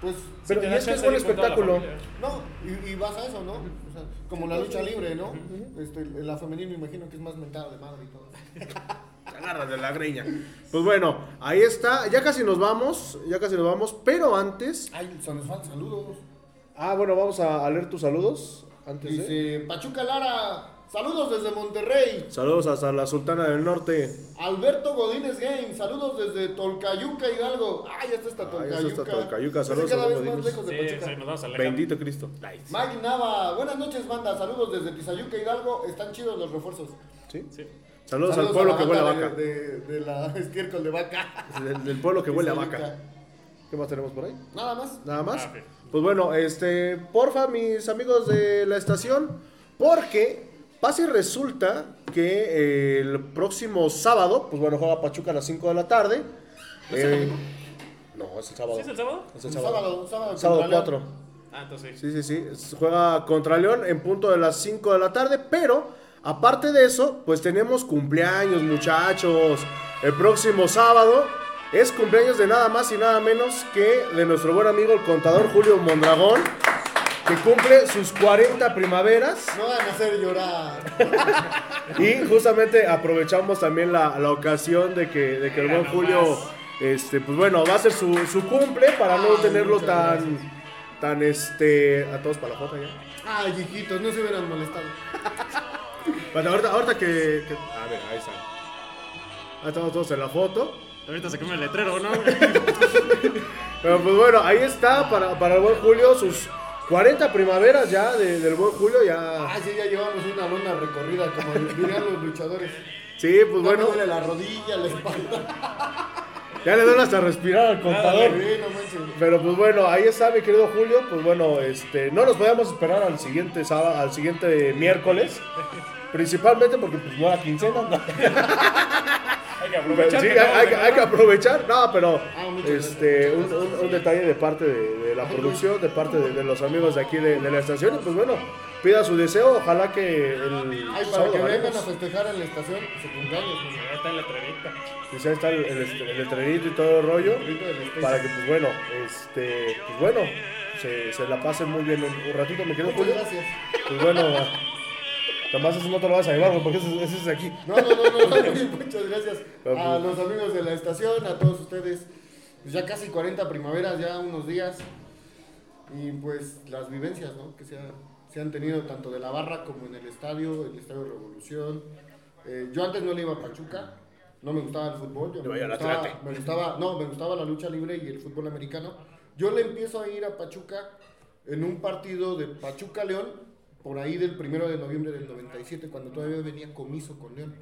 Speaker 3: pues
Speaker 2: Pero
Speaker 4: te
Speaker 2: y
Speaker 4: da
Speaker 2: es que es
Speaker 4: chance
Speaker 2: buen
Speaker 4: de ir con toda la
Speaker 2: espectáculo.
Speaker 4: familia.
Speaker 3: no, y, y vas a eso, ¿no? O sea, como la lucha libre, ¿no? Este, la femenil me imagino que es más mentada de madre y todo.
Speaker 2: Agarra de la greña. Pues bueno, ahí está. Ya casi nos vamos, ya casi nos vamos. Pero antes.
Speaker 3: Ay, se nos faltan saludos.
Speaker 2: Ah, bueno, vamos a, a leer tus saludos. Antes de-
Speaker 3: Dice Pachuca Lara, saludos desde Monterrey.
Speaker 2: Saludos hasta la Sultana del Norte.
Speaker 3: Alberto Godínez Game, saludos desde Tolcayuca Hidalgo. Ay, esta está Tolcayuca.
Speaker 2: esta está Tolcayuca,
Speaker 3: Sí,
Speaker 2: saludos
Speaker 3: cada
Speaker 2: a
Speaker 3: vez
Speaker 2: Godínez.
Speaker 3: más lejos de
Speaker 4: Sí,
Speaker 3: Pachuca.
Speaker 4: sí, nos vamos a alejar.
Speaker 2: Bendito Cristo.
Speaker 3: Mike Nava, buenas noches banda, saludos desde Tizayuca Hidalgo, están chidos los refuerzos.
Speaker 2: ¿Sí?
Speaker 4: Sí.
Speaker 2: Saludos, al pueblo que huele a
Speaker 3: banda
Speaker 2: vaca.
Speaker 3: De, de- de la *laughs* estiércol de vaca.
Speaker 2: Del, del pueblo que huele a vaca.
Speaker 3: Tizayuca.
Speaker 2: ¿Qué más tenemos por ahí?
Speaker 3: Nada más.
Speaker 2: Nada más.
Speaker 4: Ah, ok.
Speaker 2: Pues bueno, este, porfa, mis amigos de la estación, porque pasa y resulta que eh, el próximo sábado, pues bueno, juega Pachuca a las 5 de la tarde. Eh, no, es el sábado.
Speaker 4: ¿Sí es el sábado?
Speaker 2: Es el
Speaker 3: Un
Speaker 2: sábado.
Speaker 3: sábado, un sábado.
Speaker 2: Sábado
Speaker 3: contra León.
Speaker 2: 4.
Speaker 4: Ah, entonces.
Speaker 2: Sí, sí, sí. Es- Juega contra León en punto de las 5 de la tarde, pero aparte de eso, pues tenemos cumpleaños, muchachos. El próximo sábado Es cumpleaños de nada más y nada menos que de nuestro buen amigo el contador Julio Mondragón, que cumple sus 40 primaveras.
Speaker 3: No van a hacer llorar.
Speaker 2: Y justamente aprovechamos también la, la ocasión de que, de que el buen Julio, este, pues bueno, va a ser su, su cumple para no
Speaker 3: Ay,
Speaker 2: tenerlo
Speaker 3: muchas
Speaker 2: tan, tan este, a todos para la foto ya.
Speaker 3: Ay, hijitos, no se hubieran molestado.
Speaker 2: Bueno, ahorita, ahorita que, que- a ver, ahí está. Ahí estamos todos en la foto.
Speaker 4: Ahorita se come el letrero, ¿no?
Speaker 2: *laughs* Pero pues bueno, ahí está para, para el buen Julio sus 40 primaveras ya de- del buen Julio ya.
Speaker 3: Ay, sí, ya llevamos una luna recorrida, como dirían los luchadores.
Speaker 2: Sí, pues
Speaker 3: Ya me
Speaker 2: bueno,
Speaker 3: duele la rodilla, la espalda.
Speaker 2: ya le duele hasta respirar al contador.
Speaker 3: Sí, no manches.
Speaker 2: Pero pues bueno, ahí está mi querido Julio, pues bueno, este, no nos podíamos esperar al siguiente sábado, al siguiente miércoles, principalmente porque pues no era quincena. ¿no?
Speaker 4: *laughs* Hay que
Speaker 2: Pero
Speaker 4: aprovechar.
Speaker 2: sí,
Speaker 4: que
Speaker 2: hay, hay que-
Speaker 4: acabamos
Speaker 2: hay que aprovechar, no, pero
Speaker 3: Ah, muchas gracias.
Speaker 2: este, un, un- un detalle de parte de, de la producción, de parte de, de los amigos de aquí de, de la estación, y pues bueno, pida su deseo, ojalá que el
Speaker 3: Ay, para
Speaker 2: Pues sábado
Speaker 3: que vengan a
Speaker 2: haremos.
Speaker 3: festejar en la estación pues, su cumpleaños. ¿no?
Speaker 4: de- Está en letrerita.
Speaker 2: Pues ahí está el, el, est- el letrerito y todo el rollo, para que pues bueno, este, pues bueno, se, se la pasen muy bien un, un ratito, me quedo
Speaker 3: Muchas
Speaker 2: Julio.
Speaker 3: gracias.
Speaker 2: Pues bueno, Tomás, eso no te lo vas a llevar, güey, porque ese, ese es de aquí.
Speaker 3: No, no, no, no, no, *laughs* muchas gracias a Ah, los amigos de la estación, a todos ustedes. Pues ya casi 40 primaveras, ya unos días. Y pues las vivencias, ¿no? Que se, ha- se han tenido tanto de la barra como en el estadio, el Estadio Revolución. Eh, yo antes no le iba a Pachuca, no me gustaba el fútbol. Yo me, gustaba, me gustaba- no, me gustaba la lucha libre y el fútbol americano. Yo le empiezo a ir a Pachuca en un partido de Pachuca León, por ahí del primero de noviembre del 97, cuando todavía venía comiso con León.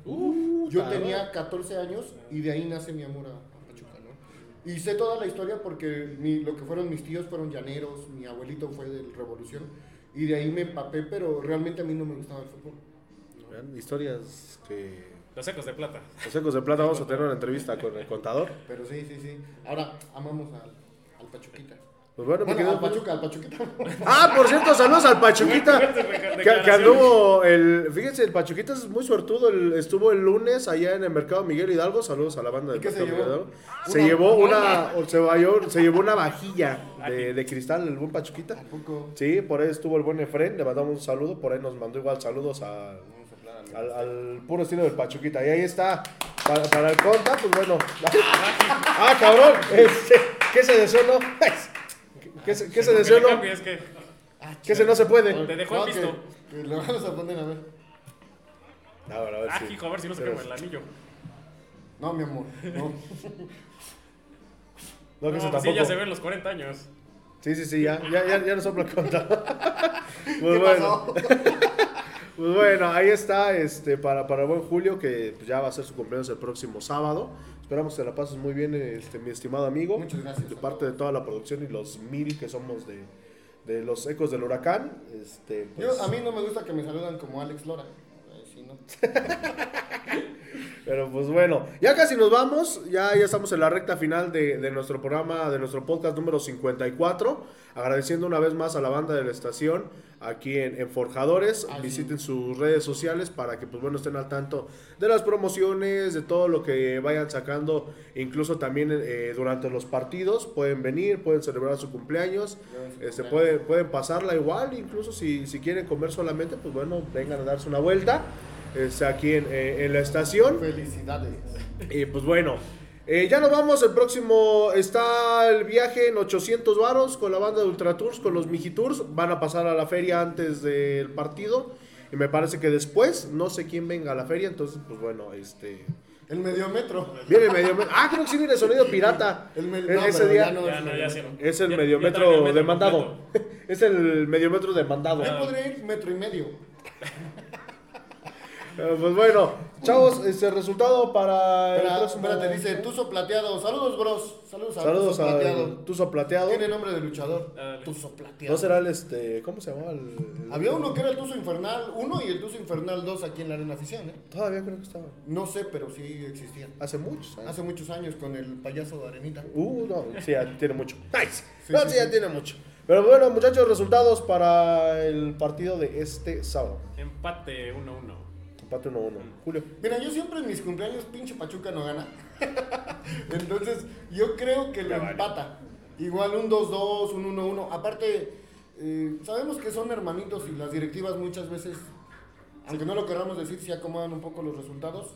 Speaker 3: Yo tenía 14 años y de ahí nace mi amor a, a Pachuca, ¿no? Y sé toda la historia porque mi- lo que fueron mis tíos fueron llaneros, mi abuelito fue del Revolución y de ahí me empapé, pero realmente a mí no me gustaba el fútbol.
Speaker 2: Vean, Historias que
Speaker 4: Los secos de plata.
Speaker 2: los secos de plata vamos a tener una entrevista con el contador.
Speaker 3: Pero sí, sí, sí. Ahora amamos al, al Pachuquita.
Speaker 2: Pues bueno, me
Speaker 3: Bueno, al
Speaker 2: quedo
Speaker 3: Pachuca, al
Speaker 2: *laughs*
Speaker 3: Pachuquita.
Speaker 2: Ah, por cierto, saludos al Pachuquita. Que, que anduvo el. Fíjense, el Pachuquita es muy suertudo. el- estuvo el lunes allá en el mercado Miguel Hidalgo. Saludos a la banda del
Speaker 3: qué se
Speaker 2: mercado Miguel
Speaker 3: llevó?
Speaker 2: Hidalgo. Se
Speaker 3: Una
Speaker 2: llevó una. o Se, vayó- se llevó una vajilla de, de cristal, el buen Pachuquita.
Speaker 3: Tampoco.
Speaker 2: Sí, por ahí estuvo el buen Efren, le mandamos un saludo, por ahí nos mandó igual saludos a- al, al puro estilo del Pachuquita. Y ahí está, para, para el conta, pues bueno. ¡Ah, cabrón! Este, ¿Qué se deseó, no? *laughs* ¿Qué se, qué se deseó, no?
Speaker 4: Es que
Speaker 2: ¿Qué se no se puede?
Speaker 4: Te dejó
Speaker 3: No,
Speaker 4: en visto.
Speaker 3: que- que lo vamos a poner a ver.
Speaker 2: A ver, a ver,
Speaker 4: Ah,
Speaker 2: sí.
Speaker 4: hijo, a ver si no se
Speaker 2: Pero-
Speaker 4: quema el anillo.
Speaker 3: No, mi amor. No.
Speaker 2: No, que
Speaker 4: No,
Speaker 2: se
Speaker 4: pues sí,
Speaker 2: tampoco.
Speaker 4: ya se ven los 40 años.
Speaker 2: Sí, sí, sí, ya, ya, ya, ya nos sopla el
Speaker 4: *laughs*
Speaker 2: conta. Pues
Speaker 3: ¿Qué
Speaker 2: bueno,
Speaker 3: pasó?
Speaker 2: pues bueno, ahí está, este, para, para el buen Julio, que pues, ya va a ser su cumpleaños el próximo sábado. Esperamos que te la pases muy bien, este, mi estimado amigo.
Speaker 3: Muchas gracias.
Speaker 2: De parte de toda la producción y los mil que somos de, de los ecos del huracán. Este, pues,
Speaker 3: *laughs* Yo, a mí no me gusta que me saludan como Alex Lora. Ay, sí, no.
Speaker 2: Pero pues bueno, ya casi nos vamos, ya, ya estamos en la recta final de, de nuestro programa, de nuestro podcast número 54. Agradeciendo una vez más a la banda de la estación aquí en, en Forjadores.
Speaker 3: Así.
Speaker 2: Visiten sus redes sociales para que pues bueno estén al tanto de las promociones, de todo lo que vayan sacando, incluso también eh, durante los partidos. Pueden venir, pueden celebrar su cumpleaños, este, pueden, pueden pasarla igual, incluso si, si quieren comer solamente, pues bueno, vengan a darse una vuelta. este, aquí en, eh, en la estación.
Speaker 3: Felicidades.
Speaker 2: Y pues bueno, eh, ya nos vamos. El próximo está el viaje en 800 varos con la banda de Ultra Tours, con los Miji Tours. Van a pasar a la feria antes del partido. Y me parece que después, no sé quién venga a la feria. Entonces, pues bueno, este.
Speaker 3: El mediometro.
Speaker 2: Viene el mediometro. Ah, creo que sí viene sonido pirata.
Speaker 3: El me-
Speaker 2: E-
Speaker 3: no,
Speaker 2: ese
Speaker 3: pero
Speaker 2: día.
Speaker 3: ya no.
Speaker 4: Ya, no, ya hicieron.
Speaker 2: Es el
Speaker 4: Ya- ya
Speaker 2: mediometro
Speaker 4: traen el metro
Speaker 2: demandado.
Speaker 4: completo.
Speaker 2: *laughs* es el mediometro demandado.
Speaker 3: Ahí podría ir metro y medio.
Speaker 2: Eh, pues bueno, chavos, este resultado para el
Speaker 3: Espera,
Speaker 2: próximo.
Speaker 3: espérate, dice Tuzo Plateado. Saludos, bros. Saludos a
Speaker 2: Saludos
Speaker 3: Tuzo
Speaker 2: a
Speaker 3: Plateado.
Speaker 2: Tuso Plateado.
Speaker 3: Tiene nombre de luchador.
Speaker 4: Dale.
Speaker 3: Tuzo
Speaker 2: ¿No
Speaker 3: Plateado.
Speaker 2: será el este. ¿Cómo se llamaba? El, el-
Speaker 3: Había uno que era el Tuzo Infernal 1 y el Tuzo Infernal 2 aquí en la Arena Afición, ¿eh?
Speaker 2: Todavía creo que estaba.
Speaker 3: No sé, pero sí existía.
Speaker 2: Hace muchos años.
Speaker 3: Hace muchos años con el payaso de Arenita.
Speaker 2: Uh, no, sí, ya tiene mucho. Nice.
Speaker 3: Sí,
Speaker 2: no,
Speaker 3: sí,
Speaker 2: sí, ya tiene mucho. Pero bueno, muchachos, resultados para el partido de este sábado.
Speaker 4: Empate 1-1.
Speaker 2: Empate 1-1. Julio.
Speaker 3: Mira, yo siempre en mis cumpleaños pinche Pachuca no gana. *laughs* Entonces, yo creo que lo
Speaker 10: Ya vale.
Speaker 3: empata. Igual un 2-2, un 1-1. Aparte, eh, sabemos que son hermanitos y las directivas muchas veces, aunque no lo queramos decir, se acomodan un poco los resultados.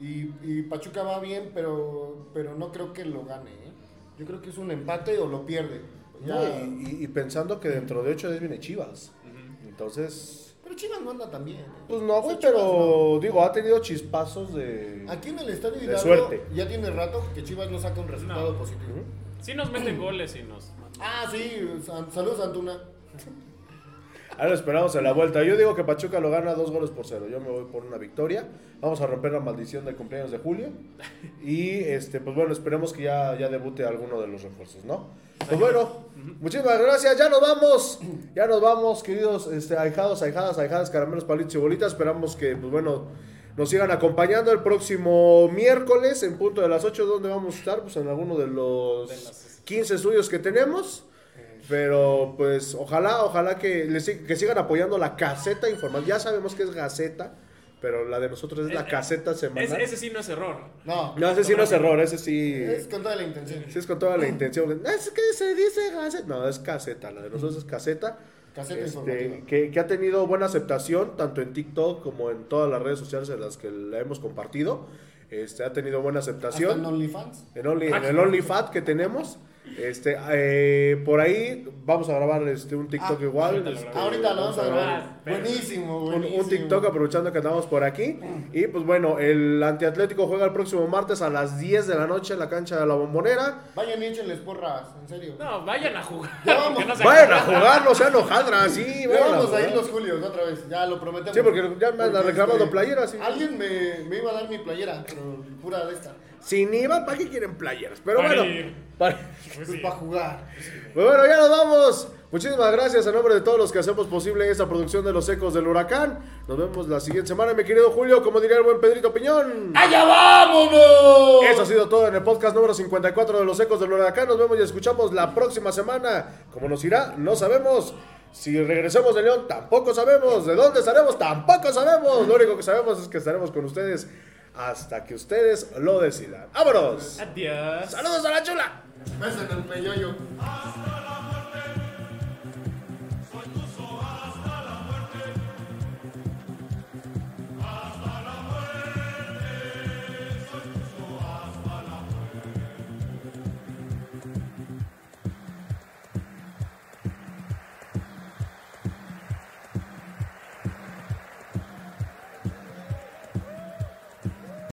Speaker 3: Y, y Pachuca va bien, pero, pero no creo que lo gane. ¿eh? Yo creo que es un empate o lo pierde. Ya-
Speaker 2: No, y, y- y pensando que dentro de 8 días viene Chivas. Entonces.
Speaker 3: Pero Chivas no anda también. ¿eh?
Speaker 2: Pues no, güey,
Speaker 3: O sea, Chivas
Speaker 2: pero digo, ha tenido chispazos de.
Speaker 3: no. Aquí en el Estadio
Speaker 2: De
Speaker 3: Hidalgo
Speaker 2: suerte.
Speaker 3: ya tiene rato que Chivas no saca un resultado positivo.
Speaker 4: Sí nos
Speaker 2: *clears throat*
Speaker 4: meten goles y nos...
Speaker 3: Ah, sí, san- saludos Antuna.
Speaker 2: Ahora Ah, lo esperamos en la vuelta. Yo digo que Pachuca lo gana dos goles por cero. Yo me voy por una victoria. Vamos a romper la maldición del cumpleaños de Julio. Y este, pues bueno, esperemos que ya, ya debute alguno de los refuerzos, ¿no? Pues bueno, muchísimas gracias. Ya nos vamos. Ya nos vamos, queridos este, ahijados, ahijadas, ahijadas, caramelos, palitos y bolitas. Esperamos que, pues bueno, nos sigan acompañando el próximo miércoles en punto de las 8. ¿Dónde vamos a estar? Pues en alguno de los 15 estudios que tenemos. Pero pues ojalá, ojalá que, le sig- que sigan apoyando la caseta informal. Ya sabemos que es gaceta, pero la de nosotros es la caseta semanal.
Speaker 4: Ese, ese sí no es error.
Speaker 3: No,
Speaker 2: no, ese sí no es error, ese sí.
Speaker 3: es con toda la intención.
Speaker 2: sí es con toda la intención. Es que se dice gaceta. No, es caseta, la de nosotros es caseta.
Speaker 3: Caseta
Speaker 2: Este,
Speaker 3: informativa.
Speaker 2: que, que ha tenido buena aceptación tanto en TikTok como en todas las redes sociales en las que la hemos compartido. Este, ha tenido buena
Speaker 3: Hasta
Speaker 2: aceptación.
Speaker 3: en Ah. OnlyFans.
Speaker 2: En, Only- en el OnlyFat que tenemos. Este, eh, por ahí vamos a grabar este, un TikTok
Speaker 3: Ah,
Speaker 2: igual.
Speaker 4: ahorita lo
Speaker 2: este,
Speaker 3: Ahorita lo vamos a grabar.
Speaker 4: pero-
Speaker 3: Buenísimo,
Speaker 2: Un,
Speaker 3: buenísimo. Mm.
Speaker 2: un TikTok aprovechando que andamos por aquí. Y pues bueno, el antiatlético juega el próximo martes a las 10 de la noche en la cancha de la bombonera.
Speaker 3: Vayan y échenles porras, en serio.
Speaker 4: No, vayan a jugar.
Speaker 3: Ya vamos.
Speaker 4: que no se
Speaker 2: Vayan a
Speaker 4: acabe.
Speaker 2: jugar, no sean hojaldras, sí,
Speaker 3: Ya
Speaker 2: vayan a
Speaker 3: vamos a
Speaker 2: jugar.
Speaker 3: ir los Julios otra vez, ya lo prometemos.
Speaker 2: Sí, porque ya me andan
Speaker 3: Porque,
Speaker 2: reclamando
Speaker 3: este,
Speaker 2: playeras, sí.
Speaker 3: Alguien me, me iba a dar mi playera, pero pura de esta.
Speaker 2: Sin IVA, ¿para qué quieren playeras? Pero
Speaker 4: Para
Speaker 2: bueno,
Speaker 4: ir.
Speaker 2: para-
Speaker 4: Pues
Speaker 3: Pues
Speaker 4: sí.
Speaker 3: para jugar.
Speaker 2: Pues bueno, ya nos vamos. Muchísimas gracias a nombre de todos los que hacemos posible esta producción de Los Ecos del Huracán. Nos vemos la siguiente semana, mi querido Julio, como diría el buen Pedrito Piñón.
Speaker 3: ¡Allá vámonos!
Speaker 2: Eso ha sido todo en el podcast número 54 de Los Ecos del Huracán. Nos vemos y escuchamos la próxima semana. ¿Cómo nos irá? No sabemos. Si regresemos de León, tampoco sabemos. ¿De dónde estaremos? Tampoco sabemos. Lo único que sabemos es que estaremos con ustedes hasta que ustedes lo decidan. ¡Vámonos!
Speaker 4: Adiós.
Speaker 2: ¡Saludos a la chula!
Speaker 3: Besos en el peyoyo.